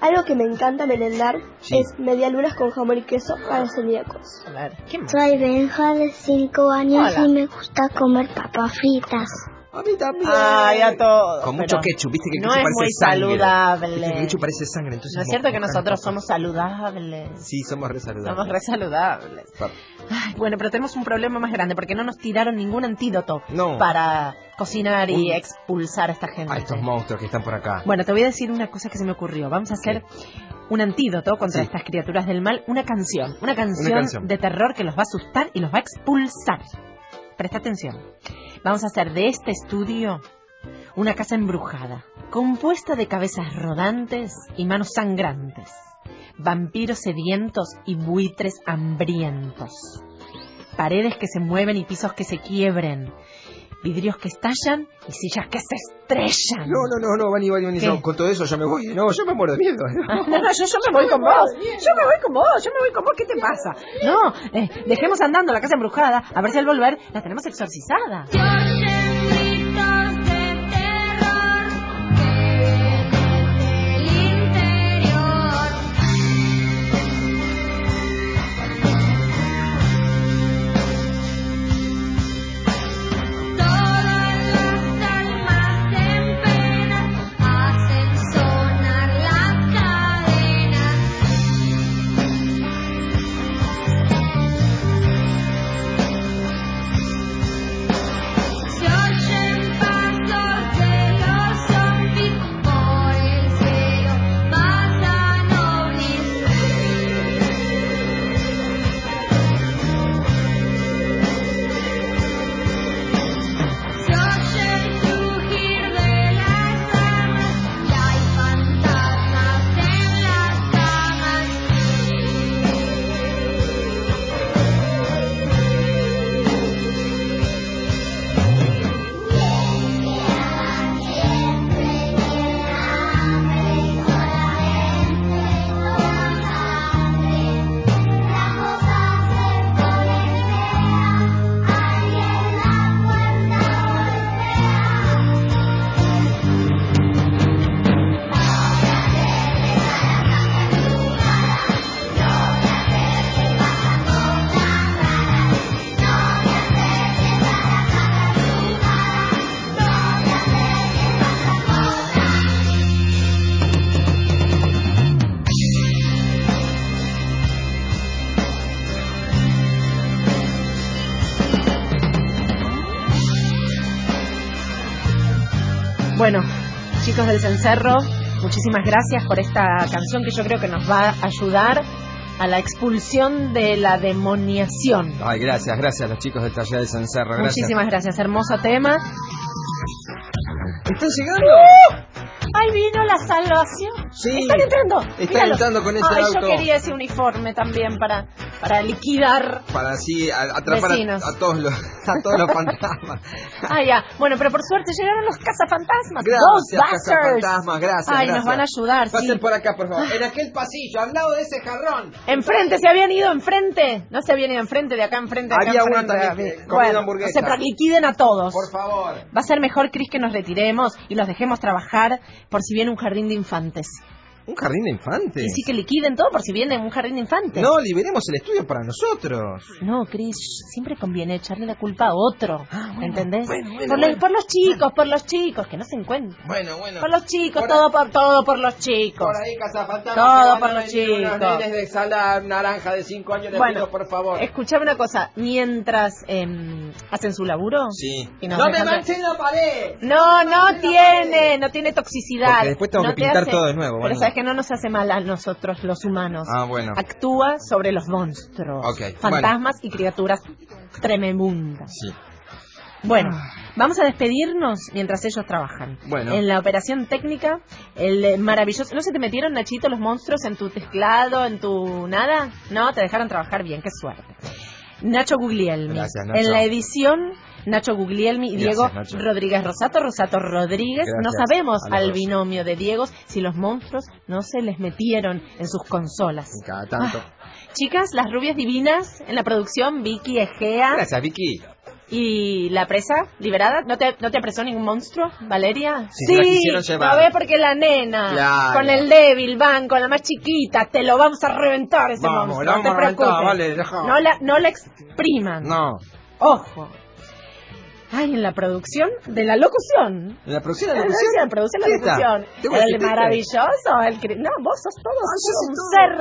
Speaker 16: Algo que me encanta merendar es medialunas con jamón y queso para celíacos.
Speaker 1: A ver, ¿qué más?
Speaker 8: Soy Benja de 5 años
Speaker 16: Hola.
Speaker 8: y me gusta comer papas fritas.
Speaker 6: A mí también.
Speaker 1: Ay, a todos.
Speaker 6: Con mucho
Speaker 1: pero
Speaker 6: ketchup, viste que el
Speaker 1: no
Speaker 6: ketchup
Speaker 1: es
Speaker 6: parece
Speaker 1: muy
Speaker 6: sangre.
Speaker 1: saludable.
Speaker 6: Viste que el ketchup parece sangre, entonces
Speaker 1: No es
Speaker 6: mo-
Speaker 1: cierto que
Speaker 6: mojar
Speaker 1: nosotros
Speaker 6: papas.
Speaker 1: somos saludables.
Speaker 6: Sí, somos re saludables.
Speaker 1: Somos re saludables.
Speaker 6: Pa-
Speaker 1: Ay, bueno, pero tenemos un problema más grande porque no nos tiraron ningún antídoto
Speaker 6: No.
Speaker 1: para cocinar y
Speaker 6: Un-
Speaker 1: expulsar a esta gente.
Speaker 6: A estos monstruos que están por acá.
Speaker 1: Bueno, te voy a decir una cosa que se me ocurrió. Vamos a hacer un antídoto contra estas criaturas del mal, una canción, una canción,
Speaker 6: canción.
Speaker 1: de terror que los va a asustar y los va a expulsar. Presta atención. Vamos a hacer de este estudio una casa embrujada, compuesta de cabezas rodantes y manos sangrantes, vampiros sedientos y buitres hambrientos, paredes que se mueven y pisos que se quiebren, vidrios que estallan y sillas que se estrellan.
Speaker 6: No, no, no, no, Vani, Vani, Vani,
Speaker 1: ¿Qué?
Speaker 6: no, con todo eso ya me voy. ¿eh? No, yo me muero de
Speaker 1: *laughs*
Speaker 6: miedo. ¿eh?
Speaker 1: Ah, No, no, yo, yo me voy con vos. Yo me voy con vos, yo me voy con vos. ¿Qué te pasa? No, eh, dejemos andando la casa embrujada. A ver si al volver la tenemos exorcizada.
Speaker 14: Hacen sonar la cadena. Se oyen pasos de los zombies por el cielo. Pasan ovnis. Se oye el crujir de las ramas y hay fantasmas en las camas.
Speaker 1: Bueno, chicos del Cencerro, muchísimas gracias por esta canción que yo creo que nos va a ayudar a la expulsión de la demoniación.
Speaker 6: Ay, gracias, gracias a los chicos del taller del Cencerro. Gracias.
Speaker 1: Muchísimas gracias, hermoso tema.
Speaker 6: ¿Están llegando?
Speaker 1: ¡Ay, ¡Uh! vino la salvación!
Speaker 6: Sí.
Speaker 1: ¡Están entrando!
Speaker 6: Están
Speaker 1: Míralos.
Speaker 6: entrando con ese
Speaker 1: Ay,
Speaker 6: auto.
Speaker 1: Yo quería ese uniforme también para, para liquidar.
Speaker 6: Para así a- atrapar a,
Speaker 1: Vecinos.
Speaker 6: a todos los, a todos los fantasmas.
Speaker 1: *laughs* Ah, ya. Bueno, pero por suerte llegaron los cazafantasmas.
Speaker 6: Gracias,
Speaker 1: Ghostbusters.
Speaker 6: cazafantasmas, gracias,
Speaker 1: Ay,
Speaker 6: gracias.
Speaker 1: nos van a ayudar.
Speaker 6: Pasen
Speaker 1: sí.
Speaker 6: por acá, por favor. En aquel pasillo, al lado de ese jarrón.
Speaker 1: Enfrente, se habían ido enfrente. No se habían ido enfrente, de acá enfrente. de acá
Speaker 6: Había uno
Speaker 1: enfrente.
Speaker 6: también que comía
Speaker 1: Bueno,
Speaker 6: hamburguesa.
Speaker 1: o sea, pero liquiden a todos.
Speaker 6: Por favor.
Speaker 1: Va a ser mejor, Cris, que nos retiremos y los dejemos trabajar por si viene un jardín de infantes.
Speaker 6: ¿Un jardín de infantes?
Speaker 1: Y sí que liquiden todo por si viene un jardín de infantes.
Speaker 6: No, liberemos el estudio para nosotros.
Speaker 1: No, Cris, siempre conviene echarle la culpa a otro. ¿Entendés?
Speaker 6: Ah, bueno, bueno,
Speaker 1: por, los,
Speaker 6: bueno.
Speaker 1: por los chicos, por los chicos, que no se encuentran.
Speaker 6: Bueno, bueno.
Speaker 1: Por los chicos, todo por todo por los chicos.
Speaker 6: Por ahí, cazafantasmas.
Speaker 1: Todo
Speaker 6: que van
Speaker 1: por
Speaker 6: a
Speaker 1: los
Speaker 6: venir Unos
Speaker 1: chicos.
Speaker 6: nenes de sala naranja de 5 años, les
Speaker 1: Bueno.
Speaker 6: pido, por favor.
Speaker 1: Escuchame una cosa, mientras em, hacen su laburo.
Speaker 6: Sí.
Speaker 1: y nos
Speaker 6: ¡No me
Speaker 1: dejan-
Speaker 6: manchen la pared!
Speaker 1: No, no tiene, no tiene toxicidad.
Speaker 6: Porque después tengo
Speaker 1: No
Speaker 6: que
Speaker 1: te
Speaker 6: pintar todo de nuevo,
Speaker 1: Pero
Speaker 6: bueno.
Speaker 1: sabes que no nos hace mal a nosotros los humanos.
Speaker 6: Ah, bueno.
Speaker 1: Actúa sobre los monstruos,
Speaker 6: Ok,
Speaker 1: fantasmas y criaturas trememundas.
Speaker 6: Sí.
Speaker 1: Bueno, vamos a despedirnos mientras ellos trabajan.
Speaker 6: Bueno.
Speaker 1: En la operación técnica, el eh, maravilloso. ¿No se te metieron, Nachito, los monstruos en tu teclado, en tu nada? No, te dejaron trabajar bien, qué suerte. Nacho Guglielmi.
Speaker 6: Gracias, Nacho.
Speaker 1: En la edición, Nacho Guglielmi y
Speaker 6: Gracias,
Speaker 1: Diego
Speaker 6: Nacho.
Speaker 1: Rodríguez Rosato, Rosato Rodríguez.
Speaker 6: Gracias
Speaker 1: no sabemos
Speaker 6: a los
Speaker 1: al
Speaker 6: dos.
Speaker 1: binomio de Diegos si los monstruos no se les metieron en sus consolas.
Speaker 6: Cada tanto.
Speaker 1: Ah. Chicas, las rubias divinas en la producción, Vicky Egea.
Speaker 6: Gracias, Vicky.
Speaker 1: ¿Y la presa liberada? ¿No te, no te apresó ningún monstruo, Valeria?
Speaker 6: Sí, se la quisieron llevar.
Speaker 1: A ver, porque la nena,
Speaker 6: Claro.
Speaker 1: con el débil, van, con la más chiquita, te lo vamos a reventar ese
Speaker 6: Vamos,
Speaker 1: monstruo.
Speaker 6: lo vamos
Speaker 1: no
Speaker 6: a
Speaker 1: te
Speaker 6: reventar,
Speaker 1: preocupes.
Speaker 6: vale, deja.
Speaker 1: No la, no la expriman.
Speaker 6: No.
Speaker 1: Ojo. Ay, en la producción de la locución.
Speaker 6: ¿En la producción
Speaker 1: *laughs*
Speaker 6: de
Speaker 1: La
Speaker 6: la
Speaker 1: producción, la
Speaker 6: locución?
Speaker 1: producción, la
Speaker 6: ¿Quién está?
Speaker 1: locución.
Speaker 6: ¿Te Ah, voy a
Speaker 1: El
Speaker 6: decir,
Speaker 1: maravilloso, el... cri- No, vos sos todo, sos un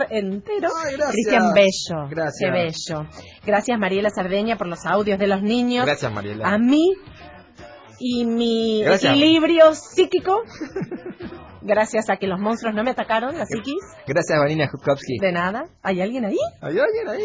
Speaker 1: ser entero.
Speaker 6: gracias.
Speaker 1: Cristian Bello.
Speaker 6: Gracias.
Speaker 1: Qué bello. Gracias, Mariela Sardeña, por los audios de los niños.
Speaker 6: Gracias, Mariela.
Speaker 1: A mí y mi
Speaker 6: Gracias.
Speaker 1: equilibrio psíquico. Gracias a que los monstruos no me atacaron, la psiquis.
Speaker 6: Gracias, Vanina Jutkowski.
Speaker 1: De nada. ¿Hay alguien ahí?
Speaker 6: ¿Hay alguien ahí?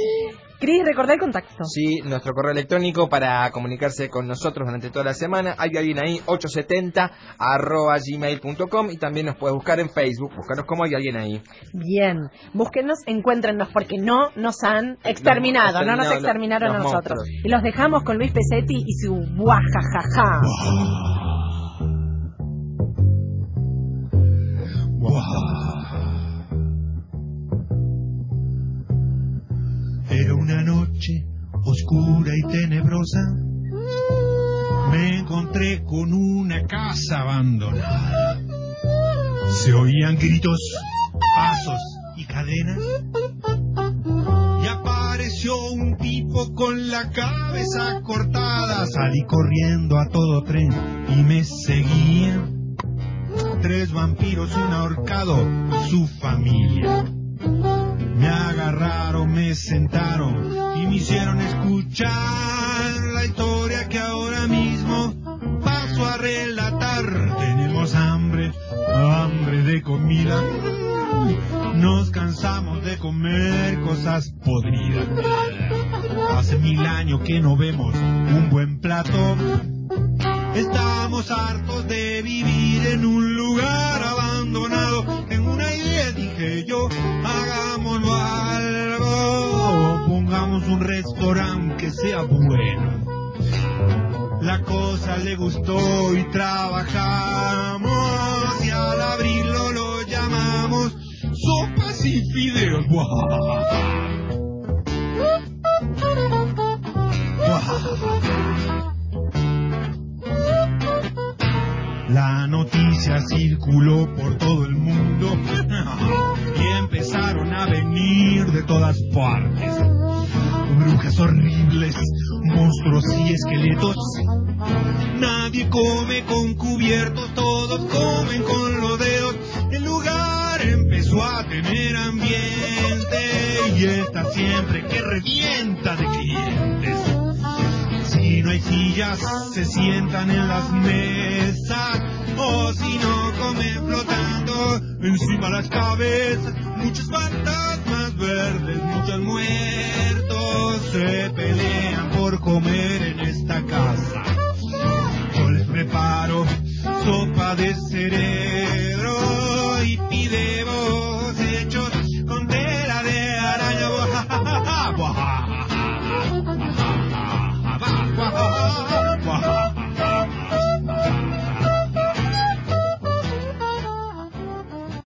Speaker 1: Cris, recordá el contacto.
Speaker 6: Sí, nuestro correo electrónico para comunicarse con nosotros durante toda la semana. Hay alguien ahí, 870 arroba gmail.com y también nos puedes buscar en Facebook. Búscanos como hay alguien ahí.
Speaker 1: Bien, búsquennos, encuéntrennos, porque no nos han exterminado, no nos exterminaron
Speaker 6: los
Speaker 1: a nosotros.
Speaker 6: monstruos.
Speaker 1: Y los dejamos con Luis Pesetti y su guajajaja.
Speaker 13: Era una noche oscura y tenebrosa. Me encontré con una casa abandonada. Se oían gritos, pasos y cadenas. Y apareció un tipo con la cabeza cortada. Salí corriendo a todo tren y me seguían. Tres vampiros, un ahorcado y su familia. Me agarraron, me sentaron y me hicieron escuchar la historia que ahora mismo paso a relatar. Tenemos hambre, hambre de comida. Nos cansamos de comer cosas podridas. Hace mil años que no vemos un buen plato. Estamos hartos de vivir en un lugar abandonado. Tengo una idea, dije yo, hagámoslo algo. Pongamos un restaurante que sea bueno. La cosa le gustó y trabajamos. Y al abrirlo lo llamamos Sopas y Fideos. La noticia circuló por todo el mundo y empezaron a venir de todas partes. Brujas horribles, monstruos y esqueletos. Nadie come con cubiertos, todos comen con los dedos. El lugar empezó a tener ambiente y está siempre que revienta de clientes. Si no hay sillas, se sientan en las mesas. O si no comen flotando encima las cabezas. Muchos fantasmas verdes, muchas muertes.